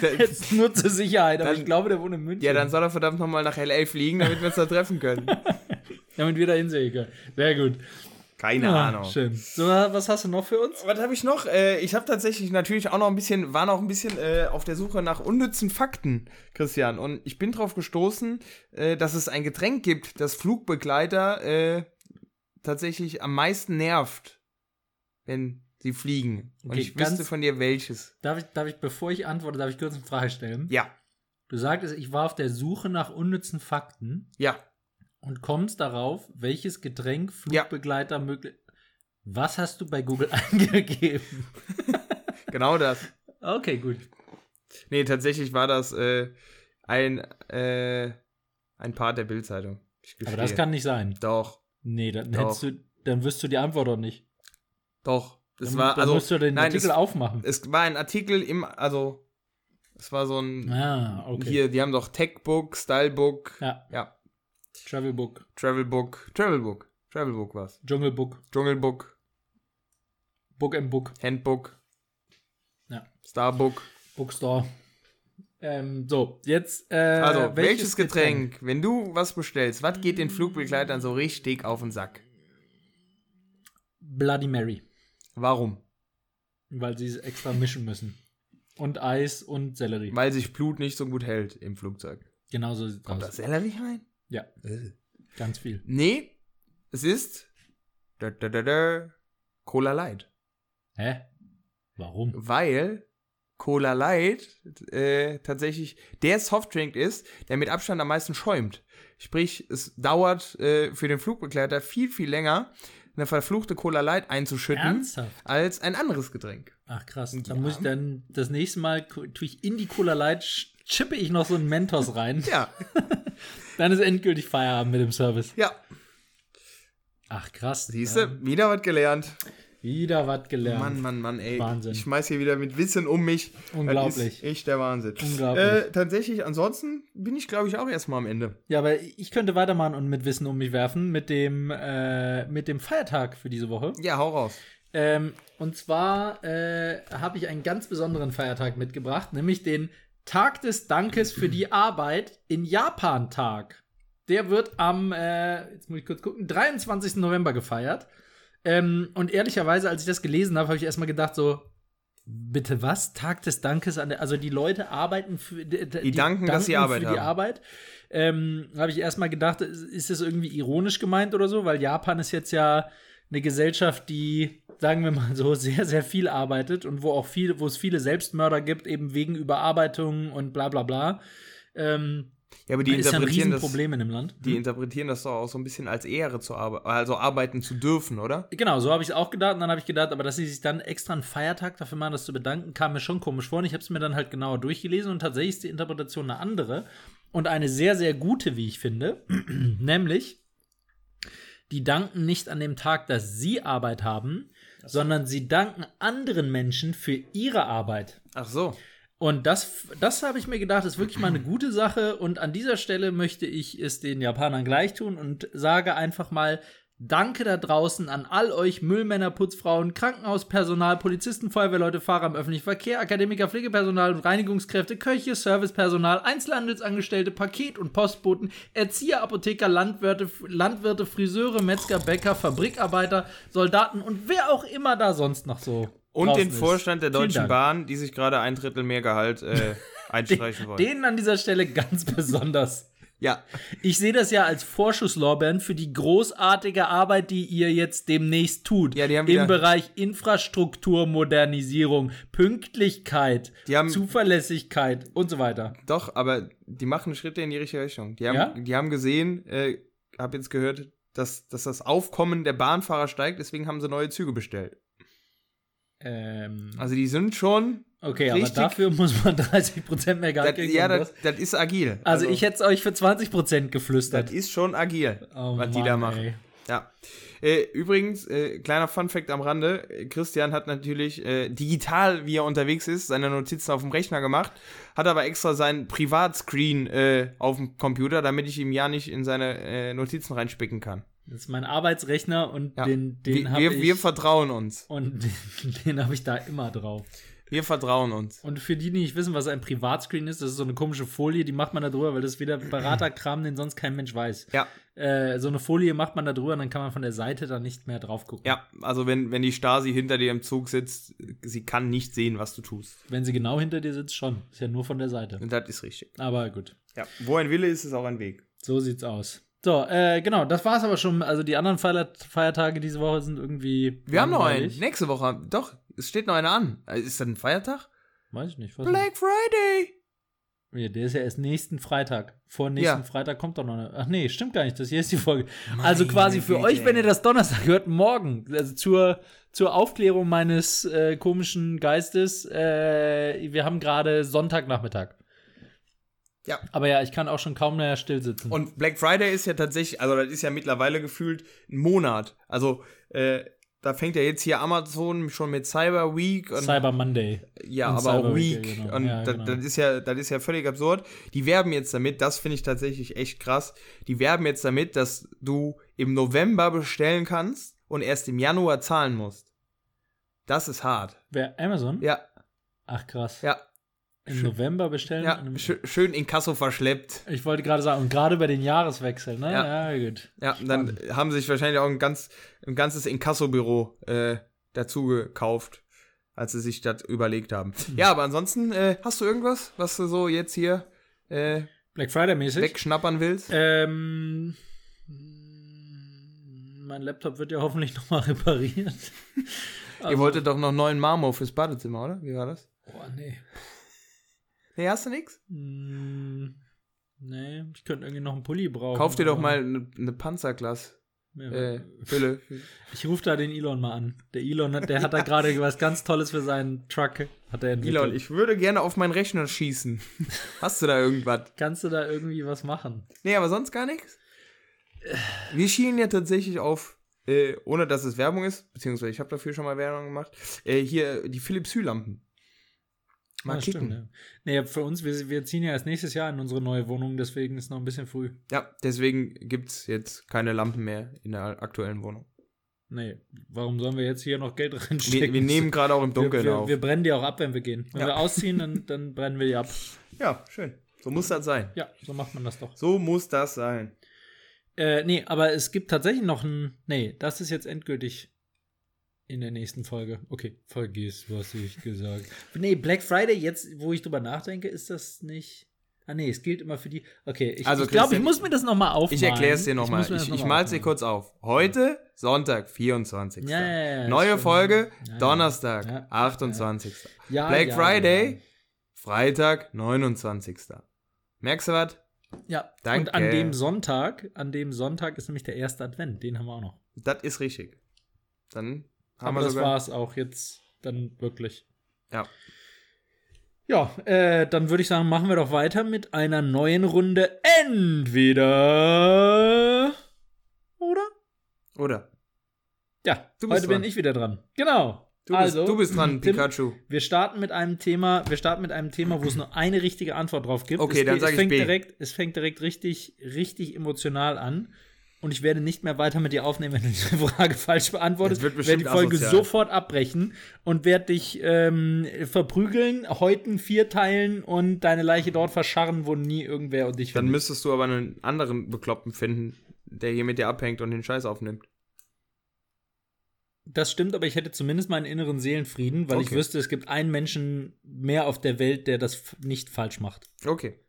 [SPEAKER 1] Da-
[SPEAKER 2] Jetzt nur zur Sicherheit, aber
[SPEAKER 1] Dann-
[SPEAKER 2] ich glaube, der wohnt in München.
[SPEAKER 1] Ja, dann soll er verdammt nochmal nach L.A. fliegen, damit wir uns da treffen können.
[SPEAKER 2] Damit wir da hinsehen können. Sehr gut.
[SPEAKER 1] Keine
[SPEAKER 2] Ah, Schön. So, was hast du noch für uns?
[SPEAKER 1] Was habe ich noch? Äh, ich habe tatsächlich natürlich auch noch ein bisschen, war noch ein bisschen äh, auf der Suche nach unnützen Fakten, Christian. Und ich bin drauf gestoßen, äh, dass es ein Getränk gibt, das Flugbegleiter äh, tatsächlich am meisten nervt, wenn sie fliegen. Und
[SPEAKER 2] Okay,
[SPEAKER 1] ich wüsste
[SPEAKER 2] ganz-
[SPEAKER 1] von dir welches.
[SPEAKER 2] Darf ich, darf ich, bevor ich antworte, darf ich kurz eine Frage stellen?
[SPEAKER 1] Ja,
[SPEAKER 2] Du sagtest, ich war auf der Suche nach unnützen Fakten
[SPEAKER 1] ja.
[SPEAKER 2] und kommst darauf, welches Getränk Flugbegleiter möglich. Was hast du bei Google *laughs* eingegeben?
[SPEAKER 1] Genau das.
[SPEAKER 2] Okay, gut.
[SPEAKER 1] Nee, tatsächlich war das äh, ein, äh, ein Part der Bildzeitung. Ich
[SPEAKER 2] Aber
[SPEAKER 1] gestehe.
[SPEAKER 2] das kann nicht sein.
[SPEAKER 1] Doch,
[SPEAKER 2] Nee, dann
[SPEAKER 1] Doch.
[SPEAKER 2] hättest du, dann wirst du die Antwort doch nicht.
[SPEAKER 1] doch. Das
[SPEAKER 2] dann,
[SPEAKER 1] war,
[SPEAKER 2] dann
[SPEAKER 1] also,
[SPEAKER 2] musst du den
[SPEAKER 1] nein,
[SPEAKER 2] Artikel
[SPEAKER 1] es-
[SPEAKER 2] aufmachen.
[SPEAKER 1] es war ein Artikel im, also, es war so ein,
[SPEAKER 2] Ah, okay.
[SPEAKER 1] äh, hier, die haben doch Techbook, Stylebook,
[SPEAKER 2] Ja,
[SPEAKER 1] ja,
[SPEAKER 2] Travelbook,
[SPEAKER 1] Travelbook, Travelbook, Travelbook war's.
[SPEAKER 2] Dschungelbook,
[SPEAKER 1] Dschungelbook,
[SPEAKER 2] Book and Book,
[SPEAKER 1] Handbook,
[SPEAKER 2] Ja.
[SPEAKER 1] Starbook.
[SPEAKER 2] Bookstore. Ähm, so, jetzt. Äh, also,
[SPEAKER 1] Also, welches, Getränk, wenn du was bestellst, was geht den Flugbegleitern so richtig auf den Sack?
[SPEAKER 2] Bloody Mary,
[SPEAKER 1] Warum?
[SPEAKER 2] weil sie es extra mischen müssen. Und Eis und Sellerie.
[SPEAKER 1] Weil sich Blut nicht so gut hält im Flugzeug.
[SPEAKER 2] Genauso sieht
[SPEAKER 1] Kommt da
[SPEAKER 2] aus.
[SPEAKER 1] Sellerie rein?
[SPEAKER 2] Ja, ganz viel.
[SPEAKER 1] Nee, es ist da, da, da, da, Cola Light.
[SPEAKER 2] Hä? Warum?
[SPEAKER 1] Mhm. Weil Cola Light äh, tatsächlich der Softdrink ist, der mit Abstand am meisten schäumt. Sprich, es dauert äh, für den Flugbegleiter viel, viel länger, eine verfluchte Cola Light einzuschütten,
[SPEAKER 2] Ernsthaft?
[SPEAKER 1] als ein anderes Getränk.
[SPEAKER 2] Ach krass.
[SPEAKER 1] Ja.
[SPEAKER 2] Dann muss ich dann das nächste Mal ko- tue ich in die Cola Light sch- chippe ich noch so einen
[SPEAKER 1] *laughs*
[SPEAKER 2] Mentos rein.
[SPEAKER 1] Ja,
[SPEAKER 2] Dann ist endgültig Feierabend mit dem Service.
[SPEAKER 1] ja.
[SPEAKER 2] Ach krass.
[SPEAKER 1] Siehst du,
[SPEAKER 2] Ja.
[SPEAKER 1] wieder was gelernt.
[SPEAKER 2] Wieder was gelernt.
[SPEAKER 1] Mann, Mann, Mann, ey.
[SPEAKER 2] Wahnsinn.
[SPEAKER 1] Ich schmeiß hier wieder mit Wissen um mich.
[SPEAKER 2] Unglaublich.
[SPEAKER 1] Das ist echt der Wahnsinn.
[SPEAKER 2] Unglaublich.
[SPEAKER 1] Äh, tatsächlich, ansonsten bin ich, glaube ich, auch erstmal am Ende.
[SPEAKER 2] Ja, aber ich könnte weitermachen und mit Wissen um mich werfen mit dem äh, mit dem Feiertag für diese Woche.
[SPEAKER 1] Ja, hau raus.
[SPEAKER 2] Ähm, und zwar äh, habe ich einen ganz besonderen Feiertag mitgebracht, nämlich den Tag des Dankes für die Arbeit in Japan Tag. Der wird am, äh, jetzt muss ich kurz gucken, 23. November gefeiert. Ähm, und ehrlicherweise, als ich das gelesen habe, habe ich erstmal gedacht so, bitte was? Tag des Dankes an der, also die Leute arbeiten für, die, die
[SPEAKER 1] danken, dass sie Arbeit
[SPEAKER 2] für
[SPEAKER 1] haben.
[SPEAKER 2] die Arbeit. Ähm, habe ich erstmal gedacht, ist das irgendwie ironisch gemeint oder so? Weil Japan ist jetzt ja eine Gesellschaft, die, sagen wir mal so, sehr, sehr viel arbeitet und wo auch viel, wo es viele Selbstmörder gibt, eben wegen Überarbeitung und bla bla bla. Ähm,
[SPEAKER 1] Ja, aber die
[SPEAKER 2] ist ja ein
[SPEAKER 1] interpretieren, das,
[SPEAKER 2] Riesenproblem in dem Land.
[SPEAKER 1] die interpretieren das doch auch so ein bisschen als Ehre zu arbeiten, also arbeiten zu dürfen, oder?
[SPEAKER 2] Genau, so habe ich es auch gedacht. Und dann habe ich gedacht, aber dass sie sich dann extra einen Feiertag dafür machen, das zu bedanken, kam mir schon komisch vor. Und ich habe es mir dann halt genauer durchgelesen und tatsächlich ist die Interpretation eine andere und eine sehr, sehr gute, wie ich finde. *clears throat* Nämlich, die danken nicht an dem Tag, dass sie Arbeit haben, sondern sie danken anderen Menschen für ihre Arbeit.
[SPEAKER 1] Ach so.
[SPEAKER 2] Und das, das habe ich mir gedacht, ist wirklich mal eine gute Sache. Und an dieser Stelle möchte ich es den Japanern gleich tun und sage einfach mal Danke da draußen an all euch Müllmänner, Putzfrauen, Krankenhauspersonal, Polizisten, Feuerwehrleute, Fahrer im öffentlichen Verkehr, Akademiker, Pflegepersonal und Reinigungskräfte, Köche, Servicepersonal, Einzelhandelsangestellte, Paket- und Postboten, Erzieher, Apotheker, Landwirte, Landwirte, Friseure, Metzger, Bäcker, Fabrikarbeiter, Soldaten und wer auch immer da sonst noch so.
[SPEAKER 1] Und
[SPEAKER 2] draußen
[SPEAKER 1] den
[SPEAKER 2] ist.
[SPEAKER 1] Vorstand der
[SPEAKER 2] Vielen
[SPEAKER 1] Deutschen
[SPEAKER 2] Dank.
[SPEAKER 1] Bahn, die sich gerade ein Drittel mehr Gehalt
[SPEAKER 2] *laughs*
[SPEAKER 1] äh, einstreichen wollen.
[SPEAKER 2] Denen an dieser Stelle ganz *laughs* besonders.
[SPEAKER 1] ja.
[SPEAKER 2] Ich sehe das ja als Vorschusslorbeeren für die großartige Arbeit, die ihr jetzt demnächst tut.
[SPEAKER 1] Ja, die haben wieder-
[SPEAKER 2] Im Bereich Infrastruktur, Modernisierung, Pünktlichkeit,
[SPEAKER 1] Die haben-
[SPEAKER 2] Zuverlässigkeit und so weiter.
[SPEAKER 1] Doch, aber die machen Schritte in die richtige Richtung. Die haben,
[SPEAKER 2] Ja?
[SPEAKER 1] die haben gesehen, äh, hab jetzt gehört, dass, dass das Aufkommen der Bahnfahrer steigt, deswegen haben sie neue Züge bestellt.
[SPEAKER 2] Ähm,
[SPEAKER 1] Also die sind schon.
[SPEAKER 2] okay,
[SPEAKER 1] richtig-
[SPEAKER 2] aber dafür muss man *laughs* 30% mehr Gehalt
[SPEAKER 1] Dat,
[SPEAKER 2] kriegen.
[SPEAKER 1] ja,
[SPEAKER 2] und
[SPEAKER 1] das
[SPEAKER 2] was.
[SPEAKER 1] das ist agil.
[SPEAKER 2] also, ich hätte es euch für 20% geflüstert.
[SPEAKER 1] Das ist schon agil,
[SPEAKER 2] Oh
[SPEAKER 1] was die
[SPEAKER 2] Mann,
[SPEAKER 1] da machen.
[SPEAKER 2] ey.
[SPEAKER 1] Ja. Äh, übrigens, äh, kleiner Funfact am Rande: äh, Christian hat natürlich äh, digital, wie er unterwegs ist, seine Notizen auf dem Rechner gemacht, hat aber extra seinen Privatscreen äh, auf dem Computer, damit ich ihm ja nicht in seine äh, Notizen reinspicken kann.
[SPEAKER 2] Das ist mein Arbeitsrechner und
[SPEAKER 1] Ja.
[SPEAKER 2] den, den
[SPEAKER 1] wir,
[SPEAKER 2] habe
[SPEAKER 1] wir,
[SPEAKER 2] ich.
[SPEAKER 1] wir vertrauen uns.
[SPEAKER 2] und *laughs* den, den habe ich da immer drauf.
[SPEAKER 1] Wir vertrauen uns.
[SPEAKER 2] Und für die, die nicht wissen, was ein Privatscreen ist, das ist so eine komische Folie, die macht man da drüber, weil das ist wieder Beraterkram, den sonst kein Mensch weiß.
[SPEAKER 1] Ja,
[SPEAKER 2] Äh, so eine Folie macht man da drüber und dann kann man von der Seite dann nicht mehr drauf gucken.
[SPEAKER 1] ja. Also wenn, wenn die Stasi hinter dir im Zug sitzt, sie kann nicht sehen, was du tust.
[SPEAKER 2] Wenn sie genau hinter dir sitzt, schon. Ist ja nur von der Seite.
[SPEAKER 1] Und das ist richtig.
[SPEAKER 2] Aber gut,
[SPEAKER 1] Ja. Wo ein Wille ist, ist auch ein Weg.
[SPEAKER 2] so sieht's aus. So, äh, genau, das war's aber schon. Also die anderen Feier Feiertage diese Woche sind irgendwie.
[SPEAKER 1] Wir haben noch einen.
[SPEAKER 2] langweilig.
[SPEAKER 1] Nächste Woche. Doch, es steht noch einer an. Äh, Ist das ein Feiertag?
[SPEAKER 2] Weiß ich nicht. Was
[SPEAKER 1] Black Friday.
[SPEAKER 2] Ja, der ist ja erst nächsten Freitag. Vor nächsten
[SPEAKER 1] Ja.
[SPEAKER 2] Freitag kommt doch noch eine. Ach nee, stimmt gar nicht. Das hier ist die Folge.
[SPEAKER 1] Meine
[SPEAKER 2] also quasi für
[SPEAKER 1] Güte,
[SPEAKER 2] euch, wenn ihr
[SPEAKER 1] ey.
[SPEAKER 2] das Donnerstag hört, morgen. Also zur, zur Aufklärung meines äh, komischen Geistes. Äh, wir haben gerade Sonntagnachmittag.
[SPEAKER 1] Ja.
[SPEAKER 2] Aber ja, ich kann auch schon kaum mehr still sitzen.
[SPEAKER 1] Und Black Friday ist ja tatsächlich, also das ist ja mittlerweile gefühlt ein Monat. Also, äh, da fängt ja jetzt hier Amazon schon mit Cyber Week und
[SPEAKER 2] Cyber Monday.
[SPEAKER 1] ja,
[SPEAKER 2] und
[SPEAKER 1] aber
[SPEAKER 2] Cyber Week,
[SPEAKER 1] Week.
[SPEAKER 2] ja, genau.
[SPEAKER 1] Und
[SPEAKER 2] Ja,
[SPEAKER 1] das,
[SPEAKER 2] genau.
[SPEAKER 1] das ist ja, das ist ja völlig absurd. Die werben jetzt damit, das finde ich tatsächlich echt krass. Die werben jetzt damit, dass du im November bestellen kannst und erst im Januar zahlen musst. Das ist hart.
[SPEAKER 2] Wer Amazon?
[SPEAKER 1] Ja,
[SPEAKER 2] Ach krass.
[SPEAKER 1] ja,
[SPEAKER 2] Im November bestellen.
[SPEAKER 1] ja.
[SPEAKER 2] und im-
[SPEAKER 1] Schö- schön in Kasso verschleppt.
[SPEAKER 2] ich wollte gerade sagen, und gerade bei den Jahreswechseln, ne? Ja,
[SPEAKER 1] Ja.
[SPEAKER 2] gut.
[SPEAKER 1] Ja, und dann haben sie sich wahrscheinlich auch ein, ganz, ein ganzes Inkassobüro äh, dazu gekauft, als sie sich das überlegt haben. Ja, aber ansonsten, äh, hast du irgendwas, was du so jetzt hier äh,
[SPEAKER 2] Black Friday mäßig.
[SPEAKER 1] wegschnappern willst?
[SPEAKER 2] Ähm, mein Laptop wird ja hoffentlich nochmal repariert.
[SPEAKER 1] Ihr
[SPEAKER 2] also
[SPEAKER 1] wolltet doch noch neuen Marmor fürs Badezimmer, oder? Wie war das?
[SPEAKER 2] Boah, nee.
[SPEAKER 1] Nee, hast du nix?
[SPEAKER 2] Hm, nee, ich könnte irgendwie noch einen Pulli brauchen.
[SPEAKER 1] Kauf dir doch
[SPEAKER 2] aber-
[SPEAKER 1] mal eine ne Panzerglas. Äh,
[SPEAKER 2] Oh. Ja.
[SPEAKER 1] Hülle.
[SPEAKER 2] Ich rufe da den Elon mal an. Der Elon, hat- der hat da gerade *laughs* was ganz Tolles für seinen Truck. Hat er entwickelt.
[SPEAKER 1] Elon, ich würde gerne auf meinen Rechner *laughs* schießen. Hast du da irgendwas?
[SPEAKER 2] Kannst du da irgendwie was machen?
[SPEAKER 1] Nee, aber sonst gar nichts. Wir schielen ja tatsächlich auf, äh, ohne dass es Werbung ist, beziehungsweise ich habe dafür schon mal Werbung gemacht, äh, hier die Philips Hue-Lampen. Mal
[SPEAKER 2] Ah,
[SPEAKER 1] kicken.
[SPEAKER 2] stimmt, ja. Nee, für uns, wir, wir ziehen ja erst nächstes Jahr in unsere neue Wohnung, deswegen ist noch ein bisschen früh.
[SPEAKER 1] Ja, deswegen gibt es jetzt keine Lampen mehr in der aktuellen Wohnung.
[SPEAKER 2] Nee, warum sollen wir jetzt hier noch Geld *laughs* reinstecken?
[SPEAKER 1] Wir, wir nehmen gerade auch im Dunkeln
[SPEAKER 2] wir, wir,
[SPEAKER 1] auf.
[SPEAKER 2] wir brennen die auch ab, wenn wir gehen. Wenn
[SPEAKER 1] Ja.
[SPEAKER 2] wir
[SPEAKER 1] *laughs*
[SPEAKER 2] ausziehen, dann, dann brennen wir die ab.
[SPEAKER 1] ja, schön. So muss das sein.
[SPEAKER 2] Ja, so macht man das doch.
[SPEAKER 1] So muss das sein.
[SPEAKER 2] Äh, nee, aber es gibt tatsächlich noch ein. Nee, das ist jetzt endgültig in der nächsten Folge. Okay, vergiss, was ich gesagt *laughs* Nee, Black Friday, jetzt, wo ich drüber nachdenke, ist das nicht. Ah, nee, es gilt immer für die. Okay, ich,
[SPEAKER 1] Also,
[SPEAKER 2] ich glaube,
[SPEAKER 1] Christian,
[SPEAKER 2] ich muss mir das nochmal aufmalen.
[SPEAKER 1] Ich erkläre es dir nochmal.
[SPEAKER 2] muss mir das
[SPEAKER 1] Ich, ich,
[SPEAKER 2] noch mal
[SPEAKER 1] mal's dir
[SPEAKER 2] aufmalen.
[SPEAKER 1] kurz auf. Heute, Sonntag, 24.
[SPEAKER 2] Ja, ja, ja, ja,
[SPEAKER 1] Neue
[SPEAKER 2] stimmt.
[SPEAKER 1] Folge,
[SPEAKER 2] Ja, ja.
[SPEAKER 1] Donnerstag,
[SPEAKER 2] Ja.
[SPEAKER 1] 28.
[SPEAKER 2] Ja,
[SPEAKER 1] Black
[SPEAKER 2] Ah, ja,
[SPEAKER 1] Friday, Freitag, 29. Merkst du was?
[SPEAKER 2] Ja, ja.
[SPEAKER 1] Danke.
[SPEAKER 2] und an dem Sonntag, an dem Sonntag ist nämlich der erste Advent, den haben wir auch noch.
[SPEAKER 1] Das ist richtig. Dann haben
[SPEAKER 2] Aber
[SPEAKER 1] wir
[SPEAKER 2] das
[SPEAKER 1] sogar.
[SPEAKER 2] war's auch jetzt dann wirklich.
[SPEAKER 1] Ja.
[SPEAKER 2] Ja, äh, dann würde ich sagen, machen wir doch weiter mit einer neuen Runde. Entweder oder?
[SPEAKER 1] Oder?
[SPEAKER 2] Ja,
[SPEAKER 1] Du bist
[SPEAKER 2] heute bin
[SPEAKER 1] dran.
[SPEAKER 2] ich wieder dran. Genau.
[SPEAKER 1] Du,
[SPEAKER 2] also,
[SPEAKER 1] bist, du bist dran,
[SPEAKER 2] Tim,
[SPEAKER 1] Pikachu.
[SPEAKER 2] Wir starten mit einem Thema, wir starten mit einem Thema, wo es nur eine richtige Antwort drauf gibt.
[SPEAKER 1] Okay,
[SPEAKER 2] es,
[SPEAKER 1] dann
[SPEAKER 2] es
[SPEAKER 1] sag ich
[SPEAKER 2] fängt
[SPEAKER 1] B.
[SPEAKER 2] direkt, es fängt direkt richtig, richtig emotional an. Und ich werde nicht mehr weiter mit dir aufnehmen, wenn du diese Frage falsch beantwortest.
[SPEAKER 1] Das wird
[SPEAKER 2] Ich werde die
[SPEAKER 1] bestimmt
[SPEAKER 2] Folge
[SPEAKER 1] asozial.
[SPEAKER 2] sofort abbrechen und werde dich ähm, verprügeln, häuten, vierteilen und deine Leiche dort verscharren, wo nie irgendwer und dich
[SPEAKER 1] Dann
[SPEAKER 2] findet.
[SPEAKER 1] müsstest du aber einen anderen Bekloppten finden, der hier mit dir abhängt und den Scheiß aufnimmt.
[SPEAKER 2] Das stimmt, aber ich hätte zumindest meinen inneren Seelenfrieden, weil ich
[SPEAKER 1] Okay.
[SPEAKER 2] wüsste, es gibt einen Menschen mehr auf der Welt, der das f- nicht falsch macht.
[SPEAKER 1] Okay.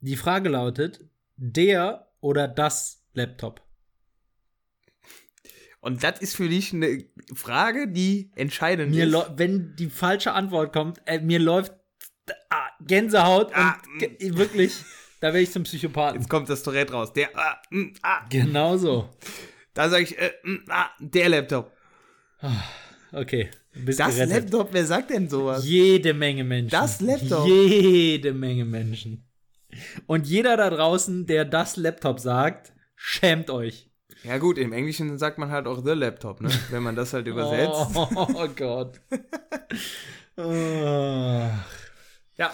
[SPEAKER 2] Die Frage lautet, der oder das Laptop?
[SPEAKER 1] Und das ist für dich eine Frage, die entscheidend
[SPEAKER 2] Mir
[SPEAKER 1] ist.
[SPEAKER 2] lau- wenn die falsche Antwort kommt, äh, mir läuft ah, Gänsehaut
[SPEAKER 1] Ah,
[SPEAKER 2] und ge-
[SPEAKER 1] *laughs*
[SPEAKER 2] wirklich, da werde ich zum Psychopathen.
[SPEAKER 1] Jetzt kommt das Tourette raus. Der, ah, mm, ah.
[SPEAKER 2] Genau so.
[SPEAKER 1] Da sage ich, äh, mm, ah, der Laptop.
[SPEAKER 2] Okay. du Bist
[SPEAKER 1] Das
[SPEAKER 2] gerettet.
[SPEAKER 1] Laptop, wer sagt denn sowas?
[SPEAKER 2] Jede Menge Menschen.
[SPEAKER 1] Das Laptop.
[SPEAKER 2] Jede Menge Menschen. Und jeder da draußen, der das Laptop sagt, schämt euch.
[SPEAKER 1] Ja gut, im Englischen sagt man halt auch the Laptop,
[SPEAKER 2] *laughs*
[SPEAKER 1] ne? Wenn man das halt übersetzt.
[SPEAKER 2] Oh, *laughs* oh Gott. Ach.
[SPEAKER 1] Ja,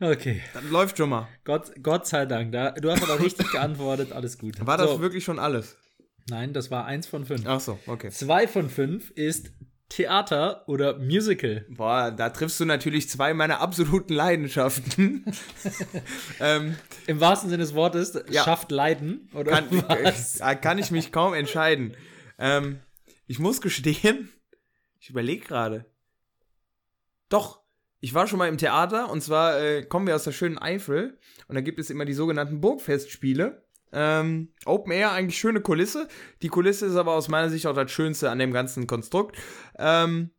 [SPEAKER 2] okay.
[SPEAKER 1] das läuft schon mal.
[SPEAKER 2] Gott, Gott sei Dank. Da, du hast aber
[SPEAKER 1] *laughs*
[SPEAKER 2] richtig geantwortet. Alles gut.
[SPEAKER 1] War das
[SPEAKER 2] So.
[SPEAKER 1] wirklich schon alles?
[SPEAKER 2] Nein, das war eins von fünf.
[SPEAKER 1] Ach so, okay.
[SPEAKER 2] Zwei von fünf ist Theater oder Musical.
[SPEAKER 1] Boah, da triffst du natürlich zwei meiner absoluten Leidenschaften.
[SPEAKER 2] *laughs*
[SPEAKER 1] ähm,
[SPEAKER 2] Im wahrsten Sinne des Wortes
[SPEAKER 1] Ja.
[SPEAKER 2] schafft Leiden. Oder
[SPEAKER 1] kann, *laughs*
[SPEAKER 2] was?
[SPEAKER 1] da kann ich mich kaum entscheiden. Ähm, ich muss gestehen, *laughs* ich überlege gerade. Doch, ich war schon mal im Theater und zwar äh, kommen wir aus der schönen Eifel und da gibt es immer die sogenannten Burgfestspiele. Ähm, Open Air, eigentlich schöne Kulisse. Die Kulisse ist aber aus meiner Sicht auch das Schönste an dem ganzen Konstrukt. Ähm,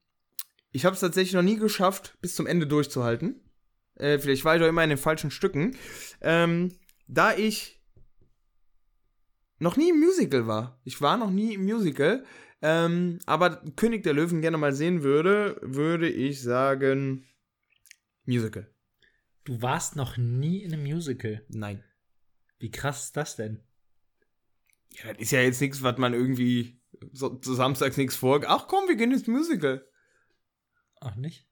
[SPEAKER 1] ich habe es tatsächlich noch nie geschafft, bis zum Ende durchzuhalten. Äh, vielleicht war ich doch immer in den falschen Stücken. Ähm, da ich noch nie im Musical war. Ich war noch nie im Musical. Ähm, aber König der Löwen gerne mal sehen würde, würde ich sagen Musical.
[SPEAKER 2] Du warst noch nie in einem Musical.
[SPEAKER 1] Nein.
[SPEAKER 2] Wie krass ist das denn?
[SPEAKER 1] Ja, das ist ja jetzt nichts, was man irgendwie so, so samstags nichts vor. Ach komm, wir gehen ins Musical.
[SPEAKER 2] Ach nicht?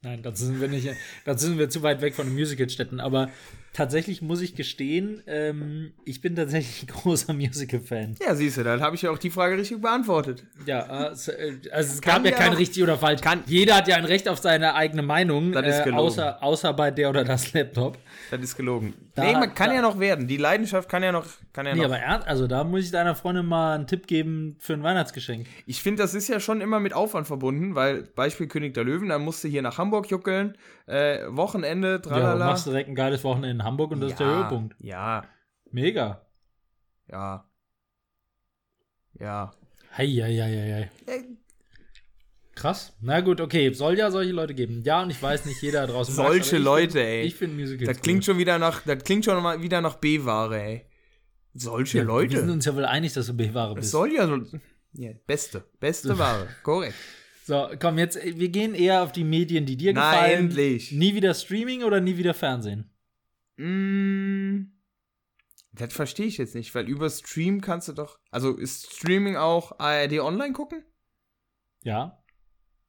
[SPEAKER 2] Nein, dazu sind wir nicht, dazu sind wir zu weit weg von den Musicalstätten. Aber tatsächlich muss ich gestehen, ähm, ich bin tatsächlich ein großer Musical-Fan.
[SPEAKER 1] Ja, siehst du, dann habe ich ja auch die Frage richtig beantwortet.
[SPEAKER 2] Ja, also, äh, also es gab
[SPEAKER 1] Kann
[SPEAKER 2] ja
[SPEAKER 1] ja
[SPEAKER 2] kein
[SPEAKER 1] auch-
[SPEAKER 2] richtig oder falsch.
[SPEAKER 1] kann-
[SPEAKER 2] Jeder hat ja ein Recht auf seine eigene Meinung,
[SPEAKER 1] Das ist
[SPEAKER 2] äh,
[SPEAKER 1] gelogen.
[SPEAKER 2] außer, außer bei der oder das Laptop.
[SPEAKER 1] Das ist gelogen.
[SPEAKER 2] Da-
[SPEAKER 1] nee, man kann
[SPEAKER 2] da-
[SPEAKER 1] ja noch werden. Die Leidenschaft kann ja noch. Kann ja
[SPEAKER 2] Nee,
[SPEAKER 1] noch.
[SPEAKER 2] aber ernst, also da muss ich deiner Freundin mal einen Tipp geben für ein Weihnachtsgeschenk.
[SPEAKER 1] Ich finde, das ist ja schon immer mit Aufwand verbunden, weil Beispiel König der Löwen, dann musst du hier nach Hamburg juckeln, äh, Wochenende,
[SPEAKER 2] Ja,
[SPEAKER 1] tralala.
[SPEAKER 2] machst direkt ein geiles Wochenende in Hamburg und das ist der Höhepunkt.
[SPEAKER 1] Ja,
[SPEAKER 2] Mega.
[SPEAKER 1] ja. Ja.
[SPEAKER 2] Heieieiei.
[SPEAKER 1] Äh,
[SPEAKER 2] Krass. Na gut, okay. Soll ja solche Leute geben. Ja, und ich weiß nicht, jeder draußen.
[SPEAKER 1] Solche
[SPEAKER 2] mag's, aber ich
[SPEAKER 1] Leute,
[SPEAKER 2] find,
[SPEAKER 1] ey.
[SPEAKER 2] Ich finde Musicals.
[SPEAKER 1] Das klingt
[SPEAKER 2] cool.
[SPEAKER 1] schon wieder nach, das klingt schon mal wieder nach B-Ware, ey. Solche
[SPEAKER 2] Ja, Wir sind
[SPEAKER 1] Leute.
[SPEAKER 2] uns ja wohl einig, dass du B-Ware
[SPEAKER 1] Das
[SPEAKER 2] bist.
[SPEAKER 1] soll ja so. Ja, beste,
[SPEAKER 2] *laughs*
[SPEAKER 1] beste Ware. Korrekt.
[SPEAKER 2] So, komm, jetzt, äh, wir gehen eher auf die Medien, die dir
[SPEAKER 1] Na,
[SPEAKER 2] gefallen.
[SPEAKER 1] endlich.
[SPEAKER 2] Nie wieder Streaming oder nie wieder Fernsehen?
[SPEAKER 1] Mm, das verstehe ich jetzt nicht, weil über Stream kannst du doch. Also ist Streaming auch ARD online gucken?
[SPEAKER 2] Ja.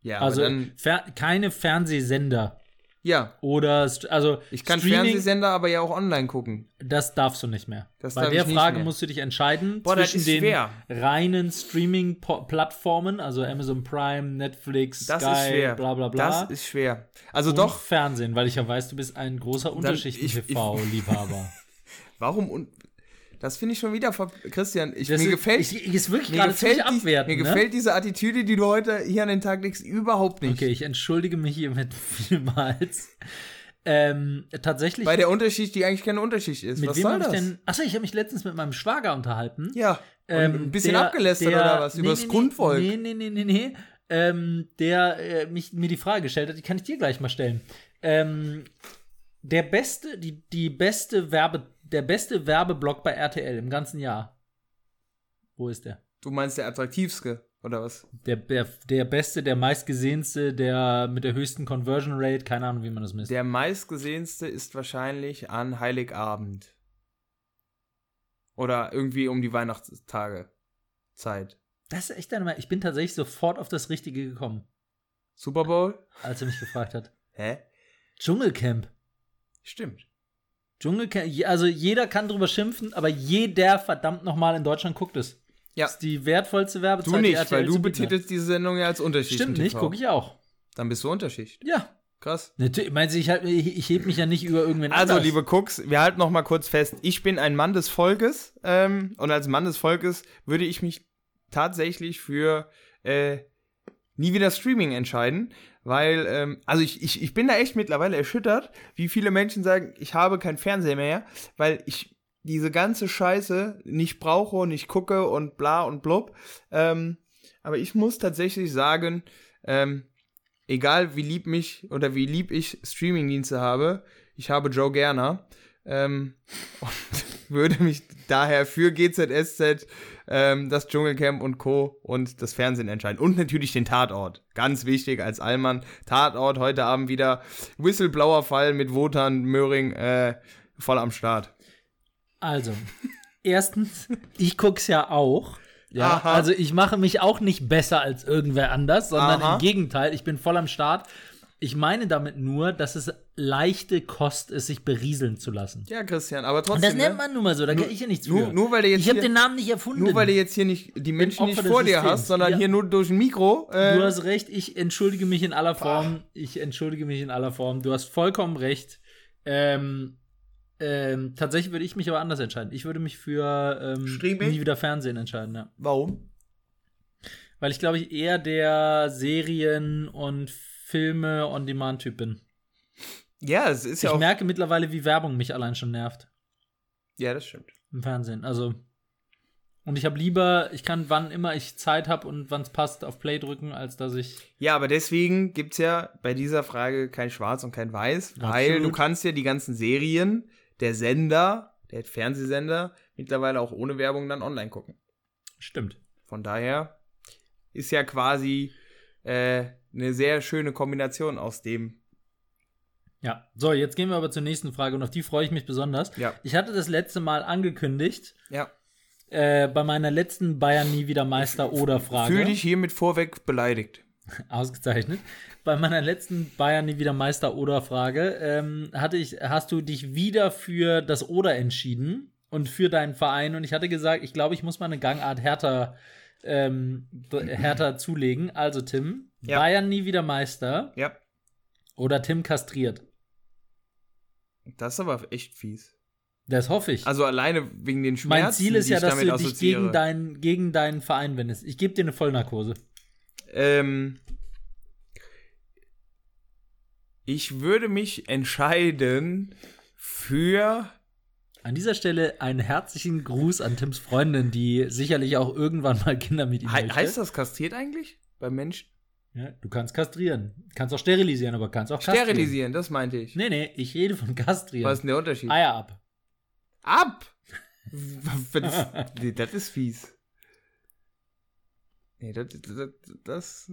[SPEAKER 1] Ja,
[SPEAKER 2] also,
[SPEAKER 1] aber dann.
[SPEAKER 2] fer keine Fernsehsender.
[SPEAKER 1] Ja,
[SPEAKER 2] Oder, St- also,
[SPEAKER 1] ich kann
[SPEAKER 2] Streaming,
[SPEAKER 1] Fernsehsender aber ja auch online gucken.
[SPEAKER 2] das darfst du nicht mehr.
[SPEAKER 1] Das
[SPEAKER 2] Bei
[SPEAKER 1] darf
[SPEAKER 2] der
[SPEAKER 1] ich nicht
[SPEAKER 2] Frage
[SPEAKER 1] mehr.
[SPEAKER 2] musst du dich entscheiden
[SPEAKER 1] Boah, das
[SPEAKER 2] zwischen
[SPEAKER 1] ist
[SPEAKER 2] den
[SPEAKER 1] schwer.
[SPEAKER 2] reinen Streaming-Plattformen, also Amazon Prime, Netflix,
[SPEAKER 1] Das
[SPEAKER 2] Sky,
[SPEAKER 1] ist schwer.
[SPEAKER 2] bla bla bla.
[SPEAKER 1] Das ist schwer. Also
[SPEAKER 2] und
[SPEAKER 1] doch,
[SPEAKER 2] Fernsehen, weil ich ja weiß, du bist ein großer Unterschichten-TV-Liebhaber.
[SPEAKER 1] warum und. Das finde ich schon wieder, ver- Christian. Ich,
[SPEAKER 2] Das
[SPEAKER 1] mir
[SPEAKER 2] ist-
[SPEAKER 1] gefällt,
[SPEAKER 2] Ich, ich ist wirklich
[SPEAKER 1] mir,
[SPEAKER 2] gerade ziemlich
[SPEAKER 1] gefällt die, mir
[SPEAKER 2] abwerten. ne?
[SPEAKER 1] gefällt diese Attitüde, die du heute hier an den Tag legst, überhaupt nicht.
[SPEAKER 2] Okay, ich entschuldige mich hiermit *laughs* vielmals. Ähm, tatsächlich.
[SPEAKER 1] Bei der Unterschicht, die eigentlich keine Unterschicht ist.
[SPEAKER 2] mit
[SPEAKER 1] Was
[SPEAKER 2] wem
[SPEAKER 1] soll
[SPEAKER 2] hab ich
[SPEAKER 1] das?
[SPEAKER 2] denn? Achso, ich habe mich letztens mit meinem Schwager unterhalten.
[SPEAKER 1] Ja, und
[SPEAKER 2] Ähm,
[SPEAKER 1] ein bisschen
[SPEAKER 2] der-
[SPEAKER 1] abgelästert
[SPEAKER 2] der-
[SPEAKER 1] oder was? Übers
[SPEAKER 2] nee,
[SPEAKER 1] Grundvolk.
[SPEAKER 2] Nee, nee, nee, nee, nee. Ähm, der äh, mich, mir die Frage gestellt hat, die kann ich dir gleich mal stellen. Ähm, der beste, die, die beste Werbe, der beste Werbeblock bei RTL im ganzen Jahr. Wo ist der?
[SPEAKER 1] Du meinst der attraktivste, oder was?
[SPEAKER 2] Der, der, der beste, der meistgesehenste, der mit der höchsten Conversion Rate, keine Ahnung, wie man das misst.
[SPEAKER 1] Der meistgesehenste ist wahrscheinlich an Heiligabend. Oder irgendwie um die Weihnachtstage. Zeit.
[SPEAKER 2] Das ist echt deine Meinung. Ich bin tatsächlich sofort auf das Richtige gekommen,
[SPEAKER 1] Super Bowl?
[SPEAKER 2] als er mich gefragt hat.
[SPEAKER 1] Hä?
[SPEAKER 2] Dschungelcamp.
[SPEAKER 1] Stimmt.
[SPEAKER 2] Dschungelcamp, je- also jeder kann drüber schimpfen, aber jeder verdammt nochmal in Deutschland guckt es.
[SPEAKER 1] Ja.
[SPEAKER 2] Das ist die wertvollste Werbezeit.
[SPEAKER 1] Du
[SPEAKER 2] die
[SPEAKER 1] nicht,
[SPEAKER 2] RTL
[SPEAKER 1] weil
[SPEAKER 2] zu
[SPEAKER 1] du
[SPEAKER 2] bieten hat.
[SPEAKER 1] betitelst diese Sendung ja als Unterschicht.
[SPEAKER 2] Stimmt
[SPEAKER 1] im
[SPEAKER 2] nicht,
[SPEAKER 1] TV.
[SPEAKER 2] gucke ich auch.
[SPEAKER 1] Dann bist du Unterschicht.
[SPEAKER 2] Ja.
[SPEAKER 1] Krass.
[SPEAKER 2] Natürlich, meinst du, ich, halt, ich, ich heb mich ja nicht über irgendwen
[SPEAKER 1] Also,
[SPEAKER 2] anders.
[SPEAKER 1] liebe Cooks, wir halten noch mal kurz fest. Ich bin ein Mann des Volkes. Ähm, und als Mann des Volkes würde ich mich tatsächlich für äh, nie wieder Streaming entscheiden. Weil, ähm, also ich, ich, ich bin da echt mittlerweile erschüttert, wie viele Menschen sagen, ich habe keinen Fernseher mehr, weil ich diese ganze Scheiße nicht brauche und nicht gucke und bla und blub. Ähm, aber ich muss tatsächlich sagen, ähm, egal wie lieb mich oder wie lieb ich Streamingdienste habe, ich habe Joe Gerner ähm, *laughs* und würde mich daher für GZSZ, ähm, das Dschungelcamp und Co. und das Fernsehen entscheiden. Und natürlich den Tatort. Ganz wichtig als Allmann. Tatort heute Abend wieder. Whistleblower-Fall mit Wotan Möhring äh, voll am Start.
[SPEAKER 2] Also, erstens, ich guck's ja auch. Ja,
[SPEAKER 1] Aha.
[SPEAKER 2] also ich mache mich auch nicht besser als irgendwer anders, sondern
[SPEAKER 1] Aha.
[SPEAKER 2] im Gegenteil, ich bin voll am Start. Ich meine damit nur, dass es leichte Kost ist, sich berieseln zu lassen.
[SPEAKER 1] Ja, Christian, aber
[SPEAKER 2] Und
[SPEAKER 1] trotzdem.
[SPEAKER 2] das nennt man nun mal so, da kann ich ja nichts
[SPEAKER 1] ne? nur-
[SPEAKER 2] für.
[SPEAKER 1] nur weil der jetzt
[SPEAKER 2] ich habe
[SPEAKER 1] hier-
[SPEAKER 2] den Namen nicht erfunden.
[SPEAKER 1] nur weil du jetzt hier nicht die Menschen
[SPEAKER 2] Opfer
[SPEAKER 1] nicht
[SPEAKER 2] des
[SPEAKER 1] vor dir
[SPEAKER 2] Systems.
[SPEAKER 1] hast, sondern
[SPEAKER 2] Ja.
[SPEAKER 1] hier nur durch ein Mikro. Äh,
[SPEAKER 2] du hast recht, ich entschuldige mich in aller Form. Ich entschuldige mich in aller Form. Du hast vollkommen recht. Ähm, ähm, tatsächlich würde ich mich aber anders entscheiden. Ich würde mich für ähm,
[SPEAKER 1] Streaming?
[SPEAKER 2] nie wieder Fernsehen entscheiden, ja.
[SPEAKER 1] warum?
[SPEAKER 2] Weil ich glaube ich eher der Serien- und Filme-on-Demand-Typ bin.
[SPEAKER 1] Ja, es ist ja
[SPEAKER 2] ich
[SPEAKER 1] auch.
[SPEAKER 2] merke mittlerweile, wie Werbung mich allein schon nervt.
[SPEAKER 1] Ja, das stimmt.
[SPEAKER 2] im Fernsehen. Also. Und ich habe lieber, ich kann wann immer ich Zeit habe und wann es passt, auf Play drücken, als dass ich.
[SPEAKER 1] Ja, aber deswegen gibt's ja bei dieser Frage kein Schwarz und kein Weiß, weil
[SPEAKER 2] Absolut.
[SPEAKER 1] du kannst ja die ganzen Serien der Sender, der Fernsehsender, mittlerweile auch ohne Werbung dann online gucken.
[SPEAKER 2] Stimmt.
[SPEAKER 1] Von daher ist ja quasi äh, eine sehr schöne Kombination aus dem.
[SPEAKER 2] Ja. So, jetzt gehen wir aber zur nächsten Frage und auf die freue ich mich besonders.
[SPEAKER 1] Ja.
[SPEAKER 2] Ich hatte das letzte Mal angekündigt,
[SPEAKER 1] Ja.
[SPEAKER 2] äh, bei meiner letzten Bayern nie wieder Meister oder Frage.
[SPEAKER 1] Fühl dich hiermit vorweg beleidigt.
[SPEAKER 2] Ausgezeichnet. Bei meiner letzten Bayern nie wieder Meister oder Frage ähm, hatte ich, hast du dich wieder für das Oder entschieden und für deinen Verein und ich hatte gesagt, ich glaube, ich muss mal eine Gangart härter, ähm, d- härter zulegen. Also Tim,
[SPEAKER 1] Ja.
[SPEAKER 2] Bayern nie wieder Meister
[SPEAKER 1] Ja.
[SPEAKER 2] oder Tim kastriert.
[SPEAKER 1] Das ist aber echt fies.
[SPEAKER 2] Das hoffe ich.
[SPEAKER 1] Also alleine wegen den Schmerzen,
[SPEAKER 2] mein Ziel ist
[SPEAKER 1] die
[SPEAKER 2] ja,
[SPEAKER 1] ich
[SPEAKER 2] dass
[SPEAKER 1] damit
[SPEAKER 2] du dich
[SPEAKER 1] assoziiere.
[SPEAKER 2] gegen, dein, gegen deinen Verein wendest. Ich gebe dir eine Vollnarkose.
[SPEAKER 1] Ähm, ich würde mich entscheiden für.
[SPEAKER 2] An dieser Stelle einen herzlichen Gruß an Tims Freundin, die sicherlich auch irgendwann mal Kinder mit ihm
[SPEAKER 1] He
[SPEAKER 2] möchte.
[SPEAKER 1] heißt das kastriert eigentlich? Beim Menschen?
[SPEAKER 2] Ja, du kannst kastrieren. Kannst auch sterilisieren, aber kannst auch kastrieren.
[SPEAKER 1] Sterilisieren, das meinte ich.
[SPEAKER 2] Nee, nee, ich rede von kastrieren.
[SPEAKER 1] Was ist denn der Unterschied?
[SPEAKER 2] Eier ab. *laughs*
[SPEAKER 1] Ab! das, nee, das ist fies. Nee, das, das, das,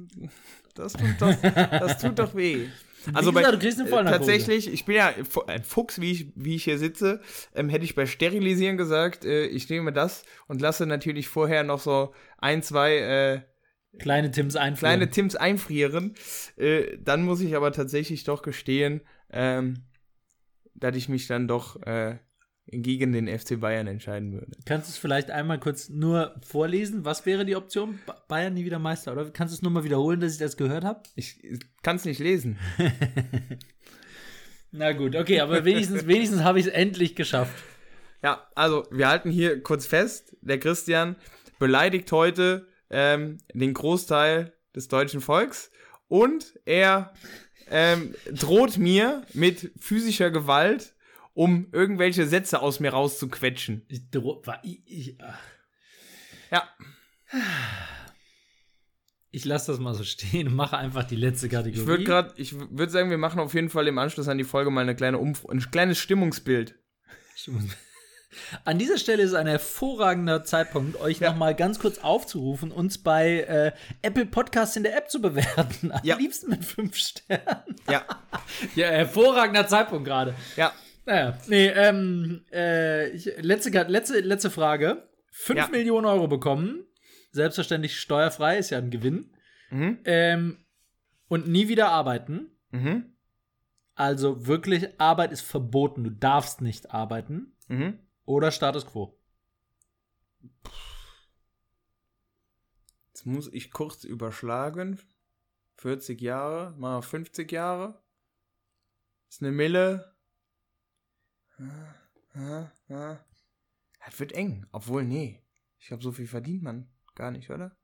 [SPEAKER 1] das, tut doch, das tut doch weh. Also
[SPEAKER 2] Wie
[SPEAKER 1] bei,
[SPEAKER 2] gesagt, du kriegst eine
[SPEAKER 1] äh,
[SPEAKER 2] Vollnarkose.
[SPEAKER 1] tatsächlich, ich bin ja fu- ein Fuchs, wie ich, wie ich hier sitze, ähm, hätte ich bei Sterilisieren gesagt, äh, ich nehme das und lasse natürlich vorher noch so ein, zwei äh,
[SPEAKER 2] Kleine Tims einfrieren.
[SPEAKER 1] kleine Tims einfrieren. Äh, dann muss ich aber tatsächlich doch gestehen, ähm, dass ich mich dann doch äh, gegen den FC Bayern entscheiden würde.
[SPEAKER 2] Kannst du es vielleicht einmal kurz nur vorlesen? Was wäre die Option? Ba- Bayern nie wieder Meister, oder? Kannst du es nur mal wiederholen, dass ich das gehört habe?
[SPEAKER 1] Ich, kann es nicht lesen.
[SPEAKER 2] Na gut, okay, *laughs* aber wenigstens, wenigstens habe ich es endlich geschafft.
[SPEAKER 1] Ja, also wir halten hier kurz fest, der Christian beleidigt heute ähm, den Großteil des deutschen Volks und er ähm, droht mir mit physischer Gewalt, um irgendwelche Sätze aus mir rauszuquetschen.
[SPEAKER 2] Ich, dro- wa- ich, ich, ach.
[SPEAKER 1] Ja,
[SPEAKER 2] ich lasse das mal so stehen und mache einfach die letzte Kategorie.
[SPEAKER 1] ich würde gerade, ich würde sagen, wir machen auf jeden Fall im Anschluss an die Folge mal eine kleine Umf ein kleines Stimmungsbild.
[SPEAKER 2] Stimmt. *laughs* An dieser Stelle ist ein hervorragender Zeitpunkt, euch
[SPEAKER 1] Ja.
[SPEAKER 2] nochmal ganz kurz aufzurufen, uns bei äh, Apple Podcasts in der App zu bewerten. Am
[SPEAKER 1] Ja.
[SPEAKER 2] liebsten mit fünf Sternen.
[SPEAKER 1] Ja,
[SPEAKER 2] *laughs* Ja, hervorragender Zeitpunkt gerade.
[SPEAKER 1] ja,
[SPEAKER 2] Naja, nee, ähm, äh, ich, letzte, Ka- letzte, letzte Frage. 5
[SPEAKER 1] Ja.
[SPEAKER 2] Millionen Euro bekommen, selbstverständlich steuerfrei, ist ja ein Gewinn.
[SPEAKER 1] mhm.
[SPEAKER 2] Ähm, und nie wieder arbeiten.
[SPEAKER 1] Mhm.
[SPEAKER 2] Also wirklich, Arbeit ist verboten. Du darfst nicht arbeiten.
[SPEAKER 1] Mhm.
[SPEAKER 2] Oder Status Quo.
[SPEAKER 1] Jetzt muss ich kurz überschlagen. 40 Jahre, mal 50 Jahre. Ist eine Mille. Ah, ah, ah. Das wird eng, obwohl, nee. Ich glaube, so viel verdient man gar nicht, oder?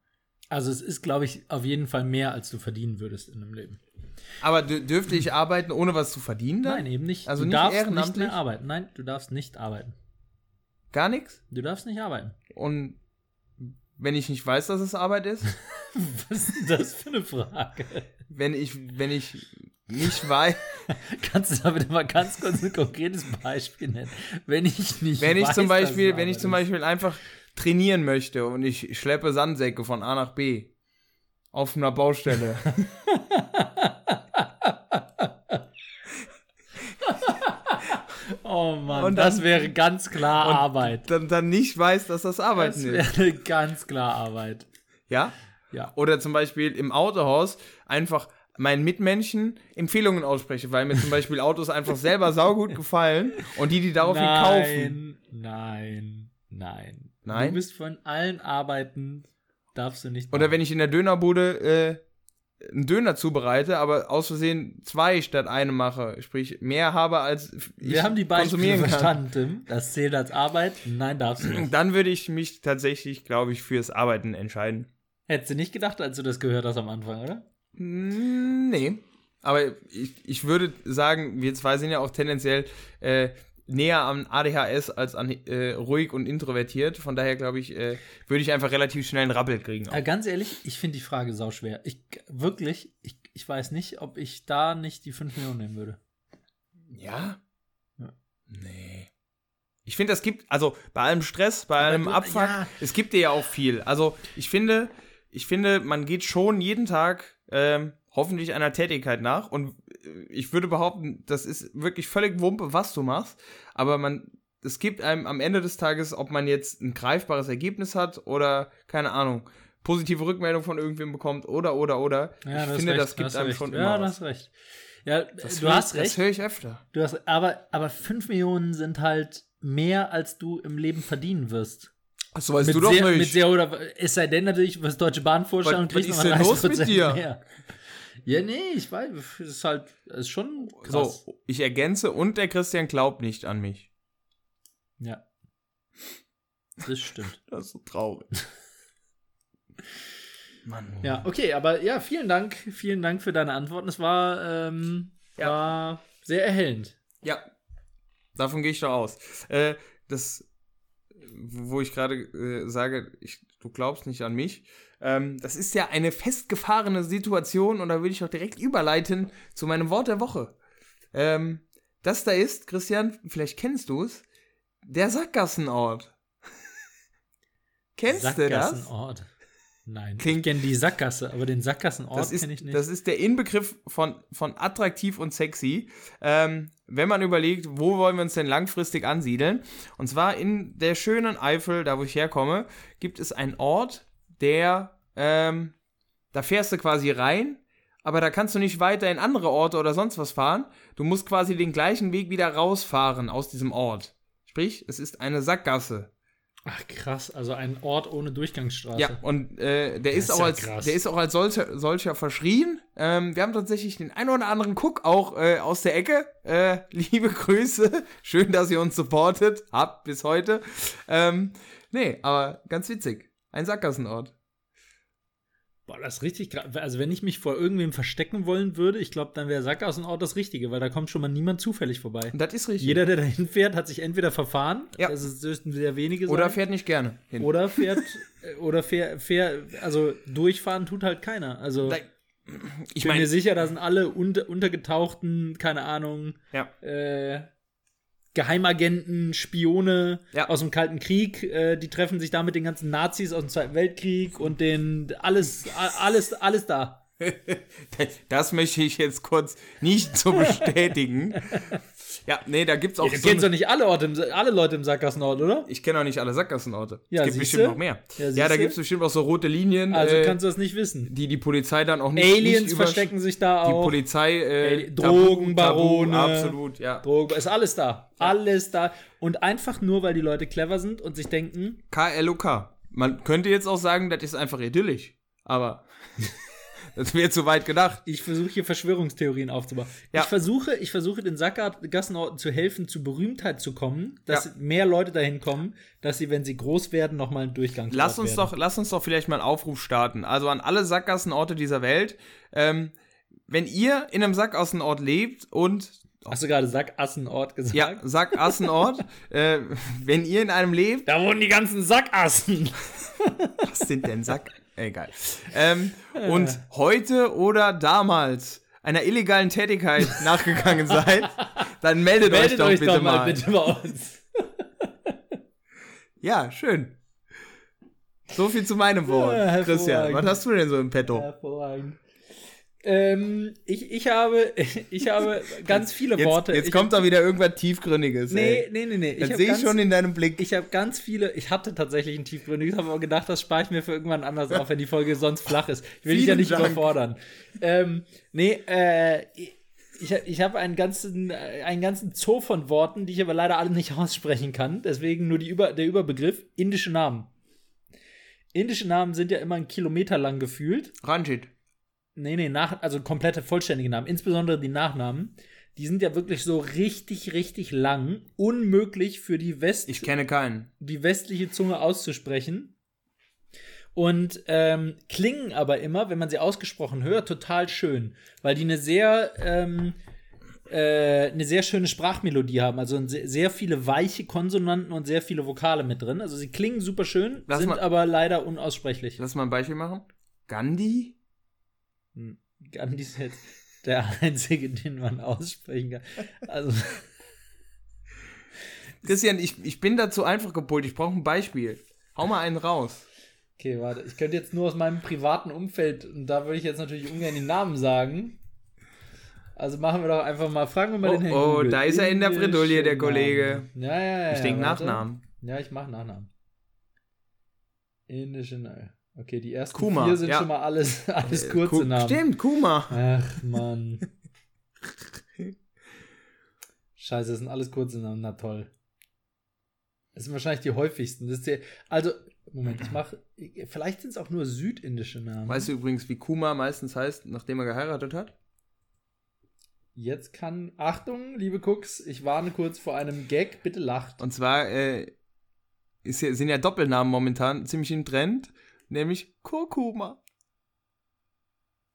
[SPEAKER 2] Also es ist, glaube ich, auf jeden Fall mehr, als du verdienen würdest in deinem Leben.
[SPEAKER 1] Aber dür- dürfte ich arbeiten, ohne was zu verdienen dann?
[SPEAKER 2] Nein, eben nicht.
[SPEAKER 1] Also
[SPEAKER 2] du
[SPEAKER 1] nicht
[SPEAKER 2] darfst nicht
[SPEAKER 1] ehrenamtlich?
[SPEAKER 2] mehr arbeiten. Nein, du darfst nicht arbeiten.
[SPEAKER 1] Gar nichts?
[SPEAKER 2] Du darfst nicht arbeiten. *laughs*
[SPEAKER 1] Und wenn ich nicht weiß, dass es Arbeit ist?
[SPEAKER 2] Was ist das für eine Frage?
[SPEAKER 1] wenn ich, wenn ich nicht weiß,
[SPEAKER 2] Kannst du da bitte mal ganz kurz ein konkretes Beispiel nennen? Wenn ich
[SPEAKER 1] *laughs*
[SPEAKER 2] nicht
[SPEAKER 1] wenn ich
[SPEAKER 2] weiß,
[SPEAKER 1] zum
[SPEAKER 2] dass
[SPEAKER 1] Beispiel,
[SPEAKER 2] es
[SPEAKER 1] wenn ich
[SPEAKER 2] Arbeit
[SPEAKER 1] zum
[SPEAKER 2] ist.
[SPEAKER 1] Beispiel einfach trainieren möchte und ich schleppe Sandsäcke von A nach B auf einer
[SPEAKER 2] *laughs*
[SPEAKER 1] Baustelle.
[SPEAKER 2] Oh Mann,
[SPEAKER 1] Und
[SPEAKER 2] das
[SPEAKER 1] dann-
[SPEAKER 2] wäre ganz klar Arbeit.
[SPEAKER 1] dann, dann nicht weiß, dass das Arbeiten
[SPEAKER 2] Das
[SPEAKER 1] ist.
[SPEAKER 2] wäre *laughs* ganz klar Arbeit.
[SPEAKER 1] Ja?
[SPEAKER 2] Ja.
[SPEAKER 1] Oder zum Beispiel im Autohaus einfach meinen Mitmenschen Empfehlungen ausspreche, weil mir zum Beispiel Autos einfach selber saugut gefallen und die, die daraufhin kaufen.
[SPEAKER 2] nein, nein, nein.
[SPEAKER 1] Nein?
[SPEAKER 2] Du bist von allen Arbeiten, darfst du nicht
[SPEAKER 1] Oder wenn ich in der Dönerbude äh, einen Döner zubereite, aber aus Versehen zwei statt eine mache, sprich mehr habe als ich
[SPEAKER 2] Wir haben die Beispiele
[SPEAKER 1] konsumieren kann.
[SPEAKER 2] verstanden, Tim. Das zählt als Arbeit. Nein, darfst du nicht.
[SPEAKER 1] dann würde ich mich tatsächlich, glaube ich, fürs Arbeiten entscheiden.
[SPEAKER 2] Hättest du nicht gedacht, als du das gehört hast am Anfang, oder?
[SPEAKER 1] Hm, Mm, Nee. Aber ich, ich würde sagen, wir zwei sind ja auch tendenziell äh, näher an ADHS als an äh, ruhig und introvertiert. Von daher glaube ich, äh, würde ich einfach relativ schnell einen Rappel kriegen.
[SPEAKER 2] Aber ganz ehrlich, ich finde die Frage sauschwer. Ich wirklich, ich, ich weiß nicht, ob ich da nicht die 5 Millionen nehmen würde.
[SPEAKER 1] Ja?
[SPEAKER 2] Ja.
[SPEAKER 1] Nee. Ich finde, es gibt, also bei allem Stress, bei
[SPEAKER 2] Aber
[SPEAKER 1] allem
[SPEAKER 2] du-
[SPEAKER 1] Abfuck,
[SPEAKER 2] ja.
[SPEAKER 1] es gibt dir ja auch viel. Also ich finde, ich finde, man geht schon jeden Tag ähm, hoffentlich einer Tätigkeit nach. Und äh, ich würde behaupten, das ist wirklich völlig Wumpe, was du machst. Aber man, es gibt einem am Ende des Tages, ob man jetzt ein greifbares Ergebnis hat oder, keine Ahnung, positive Rückmeldung von irgendwem bekommt oder, oder, oder. ich
[SPEAKER 2] hast
[SPEAKER 1] finde,
[SPEAKER 2] recht,
[SPEAKER 1] das
[SPEAKER 2] da
[SPEAKER 1] gibt
[SPEAKER 2] hast du
[SPEAKER 1] einem
[SPEAKER 2] recht.
[SPEAKER 1] schon immer
[SPEAKER 2] Ja, du
[SPEAKER 1] was.
[SPEAKER 2] hast recht. Ja,
[SPEAKER 1] Das
[SPEAKER 2] du
[SPEAKER 1] hör-
[SPEAKER 2] hast recht.
[SPEAKER 1] Das höre ich öfter.
[SPEAKER 2] Du hast, aber, aber 5 Millionen sind halt mehr, als du im Leben verdienen wirst.
[SPEAKER 1] Das weißt
[SPEAKER 2] Mit
[SPEAKER 1] du doch
[SPEAKER 2] sehr,
[SPEAKER 1] nicht.
[SPEAKER 2] mit sehr oder, es sei denn natürlich, was Deutsche Bahn vorstellen
[SPEAKER 1] Was-
[SPEAKER 2] und kriegst
[SPEAKER 1] was
[SPEAKER 2] noch
[SPEAKER 1] ist denn los mit
[SPEAKER 2] 30%
[SPEAKER 1] dir?
[SPEAKER 2] mehr. Ja, nee, ich weiß, es ist halt, es ist schon krass.
[SPEAKER 1] so, ich ergänze und der Christian glaubt nicht an mich.
[SPEAKER 2] Ja. Das stimmt.
[SPEAKER 1] Das ist so
[SPEAKER 2] *laughs*
[SPEAKER 1] traurig. Mann.
[SPEAKER 2] Ja, okay, aber ja, vielen Dank, vielen Dank für deine Antworten. Es war, ähm,
[SPEAKER 1] Ja.
[SPEAKER 2] war sehr erhellend.
[SPEAKER 1] Ja. Davon gehe ich doch aus. Äh, das, wo ich gerade äh, sage, ich, du glaubst nicht an mich. Ähm, das ist ja eine festgefahrene Situation und da will ich auch direkt überleiten zu meinem Wort der Woche. Ähm, das da ist, Christian, vielleicht kennst du es, der Sackgassenort. *laughs* Kennst du das?
[SPEAKER 2] Sackgassenort. Nein, ich
[SPEAKER 1] Klingt-
[SPEAKER 2] kenne die Sackgasse, aber den Sackgassenort
[SPEAKER 1] Das ist,
[SPEAKER 2] kenne ich nicht.
[SPEAKER 1] das ist der Inbegriff von, von attraktiv und sexy. Ähm, wenn man überlegt, wo wollen wir uns denn langfristig ansiedeln? Und zwar in der schönen Eifel, da wo ich herkomme, gibt es einen Ort, der, ähm, da fährst du quasi rein, aber da kannst du nicht weiter in andere Orte oder sonst was fahren. Du musst quasi den gleichen Weg wieder rausfahren aus diesem Ort. Sprich, es ist eine Sackgasse.
[SPEAKER 2] Ach krass, also ein Ort ohne Durchgangsstraße.
[SPEAKER 1] Ja, und äh, der, ist
[SPEAKER 2] ist
[SPEAKER 1] auch
[SPEAKER 2] ja
[SPEAKER 1] als,
[SPEAKER 2] krass.
[SPEAKER 1] der ist auch als solcher, solcher verschrien. Ähm, wir haben tatsächlich den einen oder anderen Cook auch äh, aus der Ecke. Äh, *laughs* liebe Grüße. Schön, dass ihr uns supportet. Habt bis heute. Ähm, nee, aber ganz witzig. Ein Sackgassenort.
[SPEAKER 2] Boah, das ist richtig krass. Also, wenn ich mich vor irgendwem verstecken wollen würde, ich glaube, dann wäre Sackgassenort das Richtige, weil da kommt schon mal niemand zufällig vorbei.
[SPEAKER 1] Und das ist richtig.
[SPEAKER 2] Jeder, der dahin fährt, hat sich entweder verfahren,
[SPEAKER 1] Ja.
[SPEAKER 2] das ist dürften sehr wenige
[SPEAKER 1] oder
[SPEAKER 2] sein,
[SPEAKER 1] fährt nicht gerne hin.
[SPEAKER 2] oder fährt, äh, oder fährt, fährt, also durchfahren tut halt keiner. Also,
[SPEAKER 1] Nein, ich
[SPEAKER 2] ich bin mir
[SPEAKER 1] meine,
[SPEAKER 2] sicher, da sind alle unter, untergetauchten, keine Ahnung,
[SPEAKER 1] ja.
[SPEAKER 2] äh, Geheimagenten, Spione
[SPEAKER 1] Ja.
[SPEAKER 2] aus dem Kalten Krieg, äh, die treffen sich da mit den ganzen Nazis aus dem Zweiten Weltkrieg und den alles, a- alles, alles da.
[SPEAKER 1] das möchte ich jetzt kurz nicht
[SPEAKER 2] *laughs*
[SPEAKER 1] so bestätigen. ja, nee, da gibt's auch
[SPEAKER 2] Ihr
[SPEAKER 1] so eine-
[SPEAKER 2] kennt doch nicht alle, Orte im, Sa- alle Leute im Sackgassenort, oder?
[SPEAKER 1] Ich kenne auch nicht alle Sackgassenorte.
[SPEAKER 2] Ja,
[SPEAKER 1] es gibt
[SPEAKER 2] siehste?
[SPEAKER 1] bestimmt noch mehr.
[SPEAKER 2] Ja,
[SPEAKER 1] Ja,
[SPEAKER 2] siehste?
[SPEAKER 1] da gibt es bestimmt auch so rote Linien,
[SPEAKER 2] Also
[SPEAKER 1] äh,
[SPEAKER 2] kannst du das nicht wissen.
[SPEAKER 1] die die Polizei dann auch nicht nicht
[SPEAKER 2] Aliens
[SPEAKER 1] über-
[SPEAKER 2] verstecken sich da
[SPEAKER 1] Die
[SPEAKER 2] auch.
[SPEAKER 1] Polizei, äh,
[SPEAKER 2] Ali- Drogenbarone.
[SPEAKER 1] Tabu, absolut, ja.
[SPEAKER 2] Drogen, ist alles da. Alles da. Und einfach nur, weil die Leute clever sind und sich denken,
[SPEAKER 1] KLOK. Man könnte jetzt auch sagen, das ist einfach idyllisch. Aber *laughs* das wäre zu weit gedacht.
[SPEAKER 2] ich versuche hier Verschwörungstheorien aufzubauen.
[SPEAKER 1] Ja.
[SPEAKER 2] Ich versuche, ich versuche den Sackgassenorten zu helfen, zu Berühmtheit zu kommen, dass
[SPEAKER 1] Ja.
[SPEAKER 2] mehr Leute dahin kommen, dass sie, wenn sie groß werden, nochmal einen Durchgang
[SPEAKER 1] Lass uns
[SPEAKER 2] werden.
[SPEAKER 1] doch, lass uns doch vielleicht mal einen Aufruf starten. Also an alle Sackgassenorte dieser Welt. Ähm, wenn ihr in einem Sackgassenort lebt und
[SPEAKER 2] Hast du gerade Sackassenort gesagt?
[SPEAKER 1] ja,
[SPEAKER 2] *laughs*
[SPEAKER 1] Sackgassenort, äh, wenn ihr in einem lebt,
[SPEAKER 2] Da wurden die
[SPEAKER 1] *laughs*
[SPEAKER 2] ganzen Sackassen.
[SPEAKER 1] Was sind denn Sack? Egal. Ähm, und heute oder damals einer illegalen Tätigkeit nachgegangen seid, dann meldet, euch
[SPEAKER 2] Meldet
[SPEAKER 1] doch
[SPEAKER 2] euch
[SPEAKER 1] bitte
[SPEAKER 2] doch mal
[SPEAKER 1] mal.
[SPEAKER 2] bitte bei uns.
[SPEAKER 1] Ja, schön. So viel zu meinem Wort,
[SPEAKER 2] Ja, hervorragend.
[SPEAKER 1] Christian. Was hast du denn so im Petto?
[SPEAKER 2] Hervorragend. Ähm, ich, ich habe, *laughs* ich habe ganz viele
[SPEAKER 1] Jetzt,
[SPEAKER 2] Worte.
[SPEAKER 1] jetzt
[SPEAKER 2] ich,
[SPEAKER 1] kommt da wieder irgendwas Tiefgründiges.
[SPEAKER 2] Nee,
[SPEAKER 1] ey.
[SPEAKER 2] nee, nee, nee.
[SPEAKER 1] Das
[SPEAKER 2] hab
[SPEAKER 1] sehe ich
[SPEAKER 2] ganz-
[SPEAKER 1] schon in deinem Blick.
[SPEAKER 2] Ich habe ganz viele, ich hatte tatsächlich ein tiefgründiges, habe aber gedacht, das spare ich mir für irgendwann anders auf, wenn die Folge sonst flach ist. Ich will dich ja
[SPEAKER 1] Vielen
[SPEAKER 2] nicht
[SPEAKER 1] Dank.
[SPEAKER 2] überfordern. Ähm, nee, äh, ich, ich habe einen ganzen, äh, einen ganzen Zoo von Worten, die ich aber leider alle nicht *laughs* aussprechen kann. Deswegen nur die Über, der Überbegriff, indische Namen. Indische Namen sind ja immer einen Kilometer lang gefühlt.
[SPEAKER 1] Ranjit.
[SPEAKER 2] Nee, nee, nach, also komplette vollständige Namen, insbesondere die Nachnamen. Die sind ja wirklich so richtig, richtig lang. Unmöglich für die West
[SPEAKER 1] Ich kenne keinen.
[SPEAKER 2] die westliche Zunge auszusprechen. Und ähm, klingen aber immer, wenn man sie ausgesprochen hört, total schön, weil die eine sehr ähm, äh, eine sehr schöne Sprachmelodie haben. Also ein se- sehr viele weiche Konsonanten und sehr viele Vokale mit drin. Also sie klingen super schön,
[SPEAKER 1] Lass
[SPEAKER 2] sind
[SPEAKER 1] mal-
[SPEAKER 2] aber leider unaussprechlich.
[SPEAKER 1] Lass mal ein Beispiel machen. Gandhi?
[SPEAKER 2] Gandhi ist jetzt der *laughs* einzige, den man aussprechen kann. Also,
[SPEAKER 1] Christian, ich, ich bin dazu einfach gepolt. Ich brauche ein Beispiel. Hau mal einen raus.
[SPEAKER 2] okay, warte. Ich könnte jetzt nur aus meinem privaten Umfeld, und da würde ich jetzt natürlich ungern den Namen sagen. Also machen wir doch einfach mal, fragen wir mal
[SPEAKER 1] Oh,
[SPEAKER 2] den Herrn
[SPEAKER 1] oh,
[SPEAKER 2] Google.
[SPEAKER 1] da ist er in der
[SPEAKER 2] Indische
[SPEAKER 1] Bredouille, der Kollege.
[SPEAKER 2] Namen. Ja, ja, ja.
[SPEAKER 1] Ich denke
[SPEAKER 2] warte.
[SPEAKER 1] Nachnamen.
[SPEAKER 2] Ja, ich mache Nachnamen. Indische Namen. Okay, die ersten
[SPEAKER 1] Kuma,
[SPEAKER 2] vier sind
[SPEAKER 1] ja.
[SPEAKER 2] schon mal alles, *laughs* alles
[SPEAKER 1] Äh,
[SPEAKER 2] kurze
[SPEAKER 1] Ku-
[SPEAKER 2] Namen.
[SPEAKER 1] Stimmt, Kuma. *laughs*
[SPEAKER 2] Ach, Mann. Scheiße, das sind alles kurze Namen. Na toll. Das sind wahrscheinlich die häufigsten. Das ist die, also, Moment, ich mache. Vielleicht sind es auch nur südindische Namen.
[SPEAKER 1] Weißt du übrigens, wie Kuma meistens heißt, nachdem er geheiratet hat?
[SPEAKER 2] Jetzt kann. Achtung, liebe Cooks, ich warne kurz vor einem Gag. Bitte lacht.
[SPEAKER 1] Und zwar äh, ist ja, sind ja Doppelnamen momentan ziemlich im Trend, nämlich Kurkuma.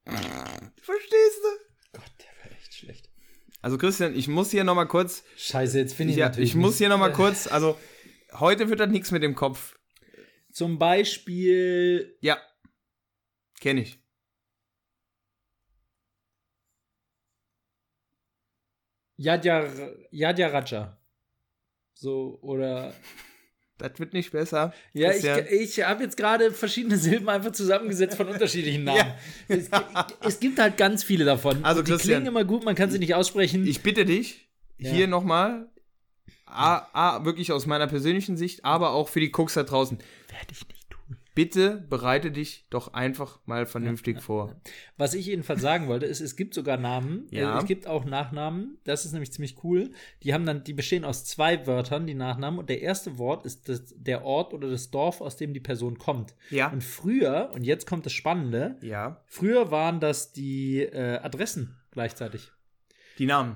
[SPEAKER 1] Verstehst du?
[SPEAKER 2] Gott, der war echt schlecht.
[SPEAKER 1] Also Christian, ich muss hier nochmal kurz,
[SPEAKER 2] Scheiße, jetzt finde
[SPEAKER 1] ich,
[SPEAKER 2] ich
[SPEAKER 1] ja,
[SPEAKER 2] natürlich.
[SPEAKER 1] ich muss
[SPEAKER 2] nicht.
[SPEAKER 1] hier nochmal kurz, also heute wird das nichts mit dem Kopf.
[SPEAKER 2] Äh, Zum Beispiel.
[SPEAKER 1] Ja, kenne ich.
[SPEAKER 2] Yadja, Yadja Raja. So, oder.
[SPEAKER 1] Das wird nicht besser.
[SPEAKER 2] Ja, ich,
[SPEAKER 1] Christian.
[SPEAKER 2] ich habe jetzt gerade verschiedene Silben einfach zusammengesetzt von
[SPEAKER 1] *laughs*
[SPEAKER 2] unterschiedlichen Namen. es, es gibt halt ganz viele davon.
[SPEAKER 1] Also,
[SPEAKER 2] Und die
[SPEAKER 1] Christian,
[SPEAKER 2] klingen immer gut, man kann sie nicht aussprechen.
[SPEAKER 1] Ich bitte dich,
[SPEAKER 2] Ja.
[SPEAKER 1] hier nochmal, a, a, wirklich aus meiner persönlichen Sicht, aber auch für die Cooks da draußen,
[SPEAKER 2] werde ich nicht tun.
[SPEAKER 1] bitte bereite dich doch einfach mal vernünftig vor.
[SPEAKER 2] Was ich jedenfalls sagen wollte, ist, es gibt sogar Namen.
[SPEAKER 1] Ja.
[SPEAKER 2] Äh, Es gibt auch Nachnamen. Das ist nämlich ziemlich cool. Die haben dann, die bestehen aus zwei Wörtern, die Nachnamen. Und der erste Wort ist das, der Ort oder das Dorf, aus dem die Person kommt.
[SPEAKER 1] Ja.
[SPEAKER 2] Und früher, und jetzt kommt das Spannende,
[SPEAKER 1] Ja.
[SPEAKER 2] früher waren das die äh, Adressen gleichzeitig.
[SPEAKER 1] Die Namen.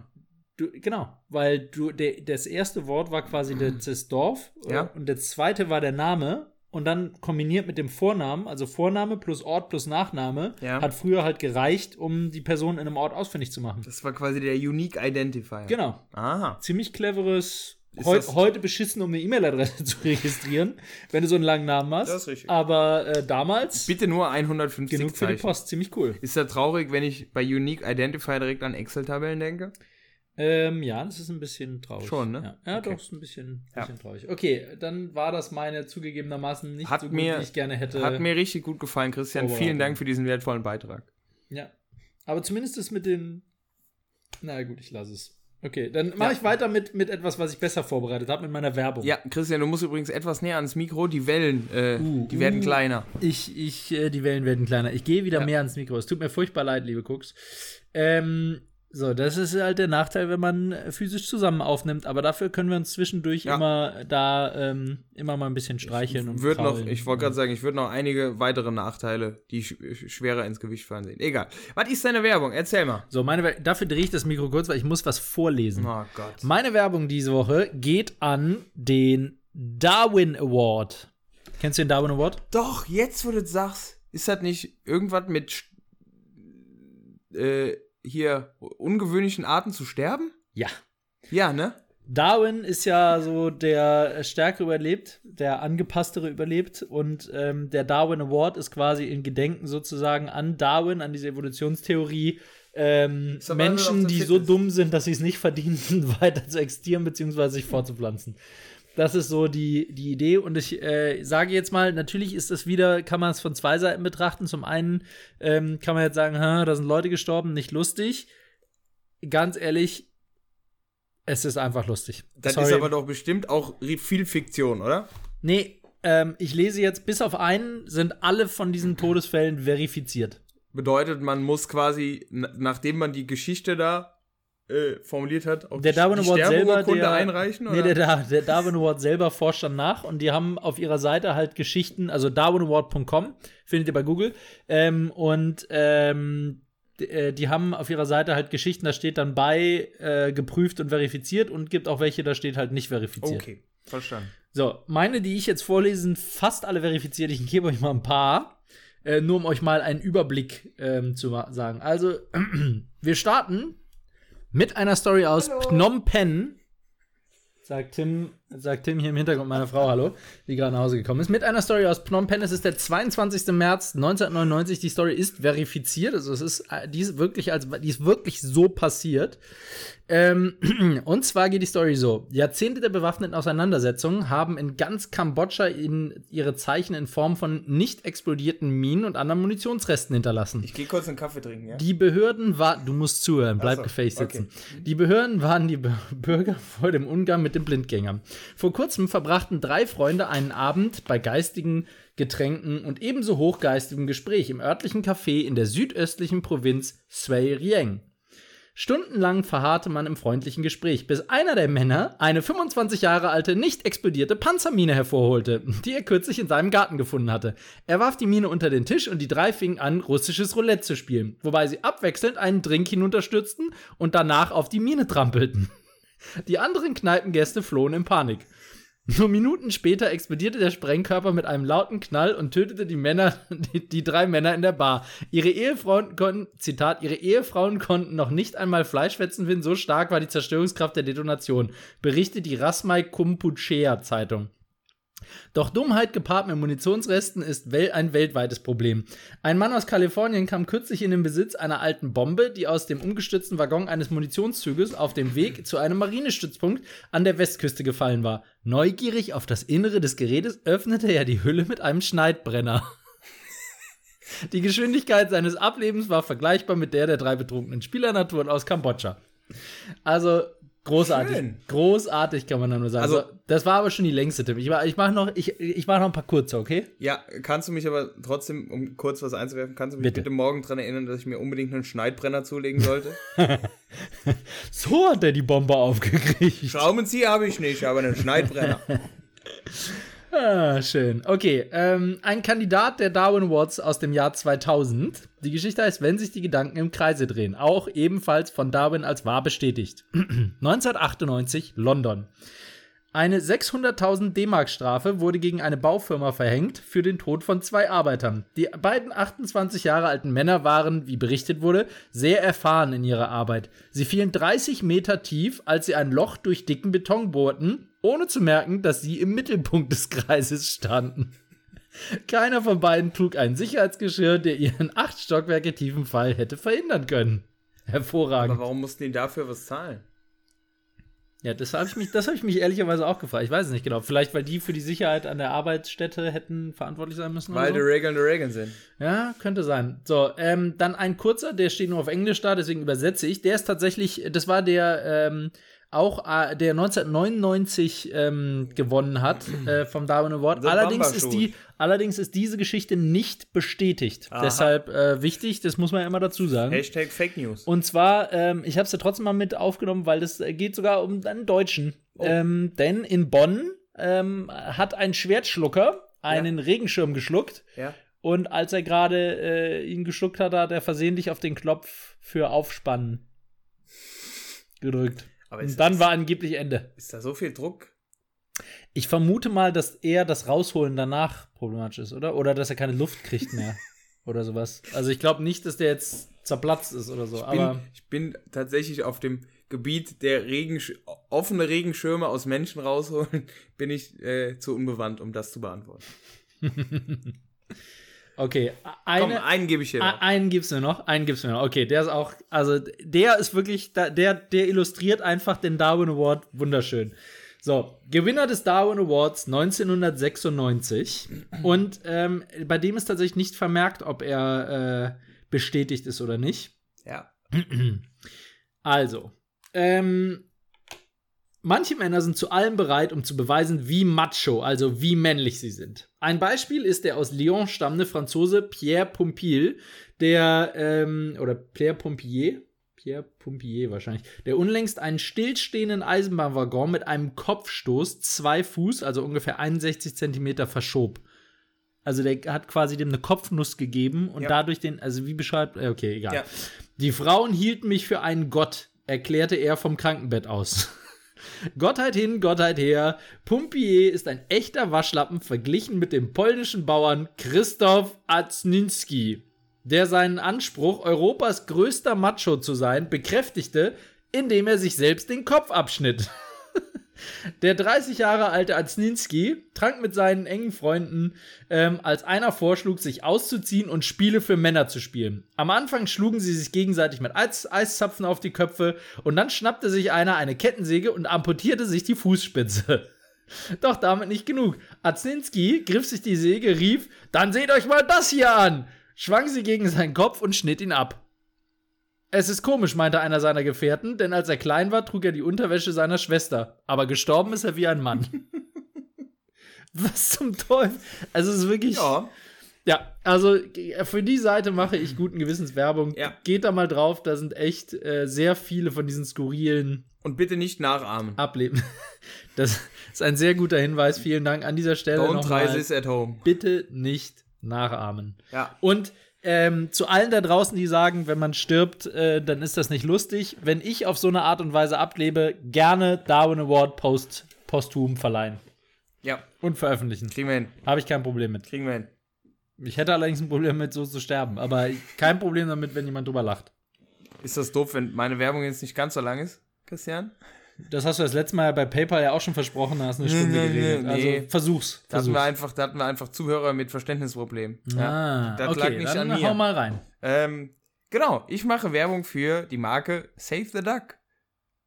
[SPEAKER 2] Du, genau, weil du de, das erste Wort war quasi de, das Dorf
[SPEAKER 1] Ah. Ja.
[SPEAKER 2] äh, und das zweite war der Name und dann kombiniert mit dem Vornamen, also Vorname plus Ort plus Nachname,
[SPEAKER 1] Ja.
[SPEAKER 2] hat früher halt gereicht, um die Person in einem Ort ausfindig zu machen.
[SPEAKER 1] Das war quasi der Unique Identifier.
[SPEAKER 2] Genau,
[SPEAKER 1] Aha.
[SPEAKER 2] ziemlich cleveres.
[SPEAKER 1] Ist
[SPEAKER 2] Heu,
[SPEAKER 1] das-
[SPEAKER 2] heute beschissen, um eine E-Mail-Adresse *laughs* zu registrieren, wenn du so einen langen Namen hast.
[SPEAKER 1] Das ist richtig.
[SPEAKER 2] Aber äh, damals
[SPEAKER 1] Bitte nur 150
[SPEAKER 2] genug für die
[SPEAKER 1] Zeichen.
[SPEAKER 2] Post, ziemlich cool.
[SPEAKER 1] Ist das traurig, wenn ich bei Unique Identifier direkt an Excel-Tabellen denke?
[SPEAKER 2] Ähm, ja, das ist ein bisschen traurig.
[SPEAKER 1] Schon, ne?
[SPEAKER 2] Ja, ja
[SPEAKER 1] Okay.
[SPEAKER 2] doch, ist ein bisschen,
[SPEAKER 1] Ja.
[SPEAKER 2] bisschen traurig. Okay, dann war das meine zugegebenermaßen nicht
[SPEAKER 1] Hat
[SPEAKER 2] so gut,
[SPEAKER 1] mir-
[SPEAKER 2] wie ich gerne hätte.
[SPEAKER 1] Hat mir richtig gut gefallen, Christian. Vielen
[SPEAKER 2] Vorbereitung.
[SPEAKER 1] Dank für diesen wertvollen Beitrag.
[SPEAKER 2] ja. Aber zumindest das mit den. Na gut, ich lasse es. Okay, dann mache ich weiter mit, mit etwas, was ich besser vorbereitet habe, mit meiner Werbung.
[SPEAKER 1] Ja, Christian, du musst übrigens etwas näher ans Mikro. Die Wellen, äh,
[SPEAKER 2] Uh,
[SPEAKER 1] die werden
[SPEAKER 2] uh.
[SPEAKER 1] kleiner.
[SPEAKER 2] Ich, ich, äh, die Wellen werden kleiner. Ich gehe wieder
[SPEAKER 1] Ja.
[SPEAKER 2] mehr ans Mikro. Es tut mir furchtbar leid, liebe Cooks. Ähm, so, das ist halt der Nachteil, wenn man äh, physisch zusammen aufnimmt. Aber dafür können wir uns zwischendurch
[SPEAKER 1] Ja.
[SPEAKER 2] immer da ähm, immer mal ein bisschen streicheln und
[SPEAKER 1] Wird noch,
[SPEAKER 2] kraulen.
[SPEAKER 1] ich wollte gerade sagen, ich würde noch einige weitere Nachteile, die sch sch- schwerer ins Gewicht fallen sehen. Egal. Was ist deine Werbung? Erzähl mal.
[SPEAKER 2] So, meine, Wer- dafür drehe ich das Mikro kurz, weil ich muss was vorlesen.
[SPEAKER 1] Oh Gott.
[SPEAKER 2] Meine Werbung diese Woche geht an den Darwin Award. Kennst du den Darwin Award?
[SPEAKER 1] Doch, jetzt, wo du das sagst, ist das nicht irgendwas mit sch- äh, hier ungewöhnlichen Arten zu sterben?
[SPEAKER 2] Ja.
[SPEAKER 1] Ja, ne?
[SPEAKER 2] Darwin ist ja so der Stärkere überlebt, der Angepasstere überlebt und ähm, der Darwin Award ist quasi in Gedenken sozusagen an Darwin, an diese Evolutionstheorie. Ähm,
[SPEAKER 1] Survival of
[SPEAKER 2] Menschen,
[SPEAKER 1] the
[SPEAKER 2] die so
[SPEAKER 1] fittest.
[SPEAKER 2] dumm sind, dass sie es nicht verdienen, *laughs* weiter zu existieren bzw. sich fortzupflanzen. Das ist so die, die Idee. Und ich äh, sage jetzt mal, natürlich ist das wieder, kann man es von zwei Seiten betrachten. Zum einen ähm, kann man jetzt sagen, "Ha, da sind Leute gestorben, nicht lustig. Ganz ehrlich, es ist einfach lustig.
[SPEAKER 1] Das
[SPEAKER 2] Sorry.
[SPEAKER 1] ist aber doch bestimmt auch ri- viel Fiktion, oder?
[SPEAKER 2] nee, ähm, ich lese jetzt, bis auf einen sind alle von diesen Todesfällen verifiziert.
[SPEAKER 1] Bedeutet, man muss quasi, na- nachdem man die Geschichte da äh, formuliert hat, auch
[SPEAKER 2] Der
[SPEAKER 1] die,
[SPEAKER 2] Darwin
[SPEAKER 1] die
[SPEAKER 2] Award selber,
[SPEAKER 1] Sterbeurkunde
[SPEAKER 2] der,
[SPEAKER 1] einreichen?
[SPEAKER 2] Nee,
[SPEAKER 1] oder?
[SPEAKER 2] der, Dar- der Darwin Award selber forscht dann nach und die haben auf ihrer Seite halt Geschichten, also darwinaward.com, findet ihr bei Google, ähm, und ähm, d- äh, die haben auf ihrer Seite halt Geschichten, da steht dann bei äh, geprüft und verifiziert und gibt auch welche, da steht halt nicht verifiziert.
[SPEAKER 1] okay, verstanden.
[SPEAKER 2] So, meine, die ich jetzt vorlese, sind fast alle verifiziert. Ich gebe euch mal ein paar, äh, nur um euch mal einen Überblick ähm, zu wa- sagen. Also, wir starten Mit einer Story aus Phnom Penh. Sagt Tim, sagt Tim hier im Hintergrund, meine Frau, hallo, die gerade nach Hause gekommen ist. Mit einer Story aus Phnom Penh. Es ist der 22. März 1999. Die Story ist verifiziert. Also es ist, äh, die ist wirklich, als, die ist wirklich so passiert. Ähm, *clears throat* und zwar geht die Story so. Jahrzehnte der bewaffneten Auseinandersetzungen haben in ganz Kambodscha in, ihre Zeichen in Form von nicht explodierten Minen und anderen Munitionsresten hinterlassen.
[SPEAKER 1] Ich gehe kurz einen Kaffee trinken, ja?
[SPEAKER 2] Die Behörden waren, du musst zuhören, bleib
[SPEAKER 1] Ach so,
[SPEAKER 2] gefaced
[SPEAKER 1] okay.
[SPEAKER 2] sitzen. Die Behörden waren die B- Bürger vor dem Umgang mit den Blindgängern. Vor kurzem verbrachten drei Freunde einen Abend bei geistigen Getränken und ebenso hochgeistigem Gespräch im örtlichen Café in der südöstlichen Provinz Sui Rieng. Stundenlang verharrte man im freundlichen Gespräch, bis einer der Männer eine 25 Jahre alte, nicht explodierte Panzermine hervorholte, die er kürzlich in seinem Garten gefunden hatte. Er warf die Mine unter den Tisch und die drei fingen an, russisches Roulette zu spielen, wobei sie abwechselnd einen Drink hinunterstürzten und danach auf die Mine trampelten. Die anderen Kneipengäste flohen in Panik. Nur Minuten später explodierte der Sprengkörper mit einem lauten Knall und tötete die Männer, *laughs* die, die drei Männer in der Bar. Ihre Ehefrauen konnten, Zitat, ihre Ehefrauen konnten noch nicht einmal Fleischfetzen finden, so stark war die Zerstörungskraft der Detonation, berichtet die Rasmai Kumpuchea Zeitung. Doch Dummheit gepaart mit Munitionsresten ist wel ein weltweites Problem. Ein Mann aus Kalifornien kam kürzlich in den Besitz einer alten Bombe, die aus dem umgestützten Waggon eines Munitionszüges auf dem Weg zu einem Marinestützpunkt an der Westküste gefallen war. Neugierig auf das Innere des Gerätes öffnete er die Hülle mit einem Schneidbrenner. *laughs* Die Geschwindigkeit seines Ablebens war vergleichbar mit der der drei betrunkenen Spielernaturen aus Kambodscha. Also großartig.
[SPEAKER 1] Schön.
[SPEAKER 2] Großartig kann man da nur sagen.
[SPEAKER 1] Also-
[SPEAKER 2] Also, das war aber schon die längste Tipp. Ich, mach- ich mache noch, ich, ich mach noch ein paar kurze, okay?
[SPEAKER 1] Ja, kannst du mich aber trotzdem, um kurz was einzuwerfen, kannst du mich bitte,
[SPEAKER 2] Bitte.
[SPEAKER 1] morgen dran erinnern, dass ich mir unbedingt einen Schneidbrenner zulegen sollte? *laughs*
[SPEAKER 2] So hat er die Bombe aufgekriegt.
[SPEAKER 1] Schraubenzieher habe ich nicht, aber einen
[SPEAKER 2] *laughs*
[SPEAKER 1] Schneidbrenner.
[SPEAKER 2] Ah, schön. Okay, ähm, ein Kandidat der Darwin Awards aus dem Jahr 2000. Die Geschichte heißt, wenn sich die Gedanken im Kreise drehen. Auch ebenfalls von Darwin als wahr bestätigt. *clears throat* 1998, London. Eine 600.000 D-Mark-Strafe wurde gegen eine Baufirma verhängt für den Tod von zwei Arbeitern. Die beiden 28 Jahre alten Männer waren, wie berichtet wurde, sehr erfahren in ihrer Arbeit. Sie fielen 30 Meter tief, als sie ein Loch durch dicken Beton bohrten, ohne zu merken, dass sie im Mittelpunkt des Kreises standen. Keiner von beiden trug ein Sicherheitsgeschirr, der ihren acht Stockwerke tiefen Fall hätte verhindern können. Hervorragend.
[SPEAKER 1] aber warum mussten die dafür was zahlen?
[SPEAKER 2] Ja, das habe ich mich, das habe ich mich ehrlicherweise auch gefragt. Ich weiß es nicht genau. Vielleicht, weil die für die Sicherheit an der Arbeitsstätte hätten verantwortlich sein müssen.
[SPEAKER 1] Weil die
[SPEAKER 2] oder
[SPEAKER 1] Regeln die Regeln sind.
[SPEAKER 2] so. Ja, könnte sein. So, ähm, dann ein kurzer, der steht nur auf Englisch da, deswegen übersetze ich. Der ist tatsächlich, das war der ähm, auch, äh, der 1999 ähm, gewonnen hat äh, vom Darwin Award.
[SPEAKER 1] The
[SPEAKER 2] allerdings
[SPEAKER 1] Bumper
[SPEAKER 2] ist die, allerdings ist diese Geschichte nicht bestätigt.
[SPEAKER 1] Aha.
[SPEAKER 2] Deshalb äh, wichtig, das muss man ja immer dazu sagen.
[SPEAKER 1] Hashtag Fake News.
[SPEAKER 2] Und zwar, ähm, ich habe es ja trotzdem mal mit aufgenommen, weil es äh, geht sogar um einen Deutschen.
[SPEAKER 1] Oh.
[SPEAKER 2] Ähm, denn in Bonn ähm, hat ein Schwertschlucker einen Regenschirm geschluckt.
[SPEAKER 1] ja.
[SPEAKER 2] Und als er gerade äh, ihn geschluckt hat, hat er versehentlich auf den Knopf für Aufspannen gedrückt.
[SPEAKER 1] Aber ist,
[SPEAKER 2] Und dann
[SPEAKER 1] das,
[SPEAKER 2] war angeblich Ende.
[SPEAKER 1] ist da so viel Druck?
[SPEAKER 2] Ich vermute mal, dass eher das Rausholen danach problematisch ist, oder? Oder dass er keine Luft
[SPEAKER 1] *laughs*
[SPEAKER 2] kriegt mehr. oder sowas. Also ich glaube nicht, dass der jetzt zerplatzt ist oder so.
[SPEAKER 1] Ich bin,
[SPEAKER 2] aber
[SPEAKER 1] ich bin tatsächlich auf dem Gebiet der Regensch offene Regenschirme aus Menschen rausholen, *laughs* bin ich äh, zu unbewandt, um das zu beantworten.
[SPEAKER 2] okay. Eine,
[SPEAKER 1] Komm, einen gebe ich dir
[SPEAKER 2] Ah,
[SPEAKER 1] noch.
[SPEAKER 2] Einen gibt's mir noch, einen gibt's mir noch. Okay, der ist auch, also der ist wirklich, da- der, der illustriert einfach den Darwin Award wunderschön. So, Gewinner des Darwin Awards 1996 und ähm, bei dem ist tatsächlich nicht vermerkt, ob er äh, bestätigt ist oder nicht.
[SPEAKER 1] Ja.
[SPEAKER 2] Also, ähm, manche Männer sind zu allem bereit, um zu beweisen, wie macho, also wie männlich sie sind. Ein Beispiel ist der aus Lyon stammende Franzose Pierre Pompil, der, ähm, oder Pierre Pompier, Pierre Pompier wahrscheinlich, der unlängst einen stillstehenden Eisenbahnwaggon mit einem Kopfstoß zwei Fuß, also ungefähr 61 Zentimeter verschob. Also der hat quasi dem eine Kopfnuss gegeben und
[SPEAKER 1] Ja.
[SPEAKER 2] dadurch den, also wie beschreibt, äh, okay, egal.
[SPEAKER 1] Ja.
[SPEAKER 2] Die Frauen hielten mich für einen Gott, erklärte er vom Krankenbett aus. *laughs* Gottheit hin, Gottheit her. Pumpier ist ein echter Waschlappen verglichen mit dem polnischen Bauern Christoph Aczninski, der seinen Anspruch, Europas größter Macho zu sein, bekräftigte, indem er sich selbst den Kopf abschnitt. Der 30 Jahre alte Azninski trank mit seinen engen Freunden, ähm, als einer vorschlug, sich auszuziehen und Spiele für Männer zu spielen. Am Anfang schlugen sie sich gegenseitig mit Eis Eiszapfen auf die Köpfe und dann schnappte sich einer eine Kettensäge und amputierte sich die Fußspitze. Doch damit nicht genug. Azninski griff sich die Säge, rief: Dann seht euch mal das hier an! schwang sie gegen seinen Kopf und schnitt ihn ab. Es ist komisch, meinte einer seiner Gefährten, denn als er klein war, trug er die Unterwäsche seiner Schwester. Aber gestorben ist er wie
[SPEAKER 1] *laughs*
[SPEAKER 2] ein Mann. Was zum Teufel? Also es ist wirklich.
[SPEAKER 1] Ja.
[SPEAKER 2] Ja, also g- für die Seite mache ich guten Gewissens Werbung.
[SPEAKER 1] Ja.
[SPEAKER 2] Geht da mal drauf, da sind echt äh, sehr viele von diesen skurrilen
[SPEAKER 1] Und bitte nicht nachahmen.
[SPEAKER 2] Ableben. *laughs* Das ist ein sehr guter Hinweis. Vielen Dank an dieser Stelle.
[SPEAKER 1] Don't
[SPEAKER 2] nochmal.
[SPEAKER 1] rise is at home.
[SPEAKER 2] Bitte nicht nachahmen.
[SPEAKER 1] Ja.
[SPEAKER 2] Und ähm, zu allen da draußen, die sagen, wenn man stirbt, äh, dann ist das nicht lustig. Wenn ich auf so eine Art und Weise ablebe, gerne Darwin Award post, posthum verleihen
[SPEAKER 1] Ja.
[SPEAKER 2] und veröffentlichen.
[SPEAKER 1] Kriegen wir hin.
[SPEAKER 2] Habe ich kein Problem mit.
[SPEAKER 1] Kriegen wir hin.
[SPEAKER 2] Ich hätte allerdings ein Problem mit, so zu sterben. Aber kein Problem damit, wenn jemand drüber lacht.
[SPEAKER 1] Ist das doof, wenn meine Werbung jetzt nicht ganz so lang ist, Christian?
[SPEAKER 2] Das hast du das letzte Mal bei PayPal ja auch schon versprochen, da hast du eine
[SPEAKER 1] Nee,
[SPEAKER 2] Stunde
[SPEAKER 1] nee, nee,
[SPEAKER 2] geregelt.
[SPEAKER 1] nee.
[SPEAKER 2] Also versuch's.
[SPEAKER 1] Da hatten,
[SPEAKER 2] versuch's.
[SPEAKER 1] wir einfach, da hatten wir einfach Zuhörer mit Verständnisproblemen.
[SPEAKER 2] ah,
[SPEAKER 1] das
[SPEAKER 2] okay,
[SPEAKER 1] lag nicht
[SPEAKER 2] dann
[SPEAKER 1] an mir.
[SPEAKER 2] hau mal rein.
[SPEAKER 1] Ähm, genau, ich mache Werbung für die Marke Save the Duck.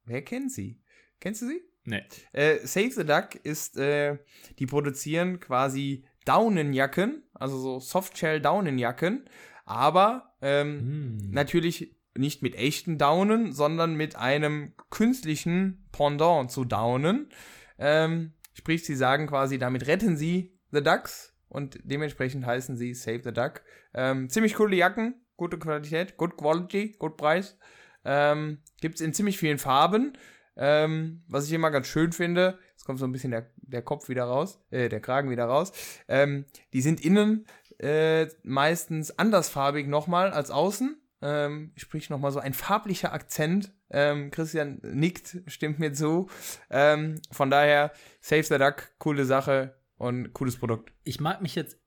[SPEAKER 1] Wer kennt sie? Kennst du sie?
[SPEAKER 2] Nee.
[SPEAKER 1] Äh, Save the Duck ist, äh, die produzieren quasi Daunenjacken, also so Softshell-Daunenjacken, aber ähm,
[SPEAKER 2] Hm.
[SPEAKER 1] natürlich nicht mit echten Daunen, sondern mit einem künstlichen Pendant zu Daunen. Ähm, sprich, sie sagen quasi, damit retten sie The Ducks und dementsprechend heißen sie Save the Duck. Ähm, ziemlich coole Jacken, gute Qualität, good quality, good Preis. Ähm, gibt's in ziemlich vielen Farben. Ähm, was ich immer ganz schön finde, jetzt kommt so ein bisschen der, der Kopf wieder raus, äh, der Kragen wieder raus. Ähm, die sind innen äh, meistens andersfarbig nochmal als außen. Ähm, sprich nochmal so ein farblicher Akzent. Ähm, Christian nickt, stimmt mir zu. Ähm, von daher, Save the Duck, coole Sache und cooles Produkt.
[SPEAKER 2] Ich mag mich jetzt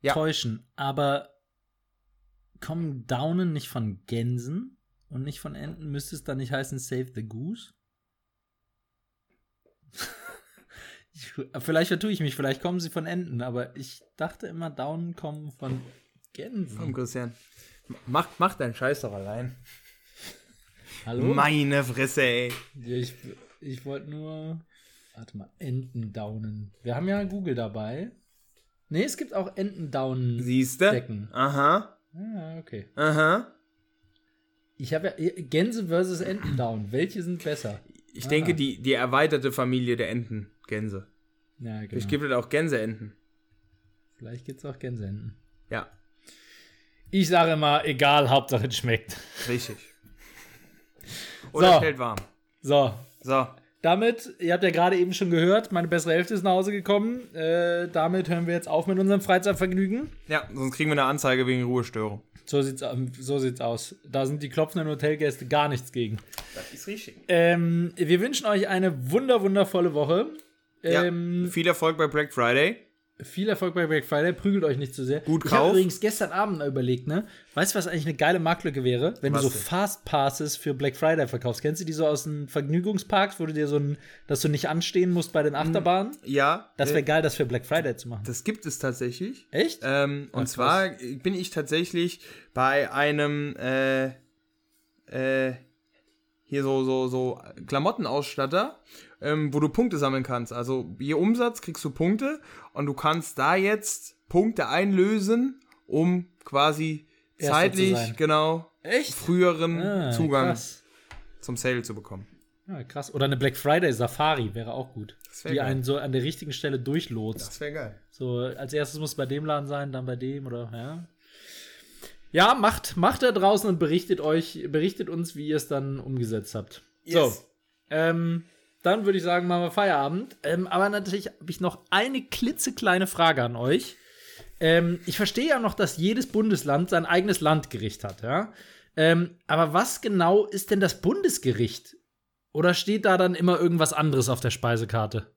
[SPEAKER 1] Ja.
[SPEAKER 2] täuschen, aber kommen Daunen nicht von Gänsen und nicht von Enten? Müsste es dann nicht heißen Save the Goose? *laughs* ich, vielleicht vertue ich mich, vielleicht kommen sie von Enten, aber ich dachte immer, Daunen kommen von Gänsen.
[SPEAKER 1] Christian. Mach, mach deinen Scheiß doch allein.
[SPEAKER 2] Hallo?
[SPEAKER 1] Meine Fresse, ey.
[SPEAKER 2] Ja, ich ich wollte nur. Warte mal, Entendaunen. Wir haben ja Google dabei. Nee, es gibt auch Entendaunen.
[SPEAKER 1] Siehste?
[SPEAKER 2] Decken.
[SPEAKER 1] Aha,
[SPEAKER 2] Ah, okay.
[SPEAKER 1] aha.
[SPEAKER 2] Ich habe ja äh, Gänse versus Entendown. Welche sind besser?
[SPEAKER 1] Ich
[SPEAKER 2] Ah.
[SPEAKER 1] denke, die, die erweiterte Familie der Enten, Gänse.
[SPEAKER 2] Ja, genau.
[SPEAKER 1] Ich gebe auch Gänseenten.
[SPEAKER 2] Vielleicht gibt es auch Gänseenten.
[SPEAKER 1] Ja,
[SPEAKER 2] Ich sage immer, egal, Hauptsache es schmeckt.
[SPEAKER 1] richtig. Oder
[SPEAKER 2] So.
[SPEAKER 1] hält warm.
[SPEAKER 2] So,
[SPEAKER 1] So,
[SPEAKER 2] damit, ihr habt ja gerade eben schon gehört, meine bessere Hälfte ist nach Hause gekommen. Äh, damit hören wir jetzt auf mit unserem Freizeitvergnügen.
[SPEAKER 1] ja, sonst kriegen wir eine Anzeige wegen Ruhestörung.
[SPEAKER 2] So sieht's, ähm, so sieht's aus. Da sind die klopfenden Hotelgäste gar nichts gegen.
[SPEAKER 1] Das ist richtig.
[SPEAKER 2] Ähm, wir wünschen euch eine wunder, wundervolle Woche.
[SPEAKER 1] Ja,
[SPEAKER 2] Ähm,
[SPEAKER 1] viel Erfolg bei Black Friday.
[SPEAKER 2] Viel Erfolg bei Black Friday, prügelt euch nicht zu sehr.
[SPEAKER 1] Gut
[SPEAKER 2] ich habe
[SPEAKER 1] Kauf.
[SPEAKER 2] übrigens gestern Abend noch überlegt, ne? Weißt du, was eigentlich eine geile Marktlücke wäre? Wenn
[SPEAKER 1] Was
[SPEAKER 2] du so
[SPEAKER 1] denn?
[SPEAKER 2] Fastpasses für Black Friday verkaufst. Kennst du die so aus den Vergnügungsparks, wo du dir so ein, dass du nicht anstehen musst bei den
[SPEAKER 1] Hm.
[SPEAKER 2] Achterbahnen?
[SPEAKER 1] Ja,
[SPEAKER 2] Das
[SPEAKER 1] äh,
[SPEAKER 2] wäre geil, das für Black Friday zu machen.
[SPEAKER 1] das gibt es tatsächlich.
[SPEAKER 2] Echt?
[SPEAKER 1] Ähm, und
[SPEAKER 2] krass.
[SPEAKER 1] zwar bin ich tatsächlich bei einem äh, äh, hier so so so Klamottenausstatter, ähm, wo du Punkte sammeln kannst. Also je Umsatz kriegst du Punkte und du kannst da jetzt Punkte einlösen, um quasi
[SPEAKER 2] Erster zu sein.
[SPEAKER 1] zeitlich genau
[SPEAKER 2] Echt?
[SPEAKER 1] früheren
[SPEAKER 2] Ah,
[SPEAKER 1] Zugang
[SPEAKER 2] Krass.
[SPEAKER 1] zum Sale zu bekommen.
[SPEAKER 2] Ja, krass. Oder eine Black Friday Safari wäre auch gut.
[SPEAKER 1] Das wär
[SPEAKER 2] Die
[SPEAKER 1] geil.
[SPEAKER 2] einen so an der richtigen Stelle durchlotst.
[SPEAKER 1] wäre geil.
[SPEAKER 2] So, als erstes muss es bei dem Laden sein, dann bei dem oder ja. Ja, macht, macht da draußen und berichtet euch, berichtet uns, wie ihr es dann umgesetzt habt. So,
[SPEAKER 1] Yes.
[SPEAKER 2] ähm, dann würde ich sagen, machen wir Feierabend. Ähm, aber natürlich habe ich noch eine klitzekleine Frage an euch. Ähm, ich verstehe ja noch, dass jedes Bundesland sein eigenes Landgericht hat, ja. Ähm, aber was genau ist denn das Bundesgericht? Oder steht da dann immer irgendwas anderes auf der Speisekarte?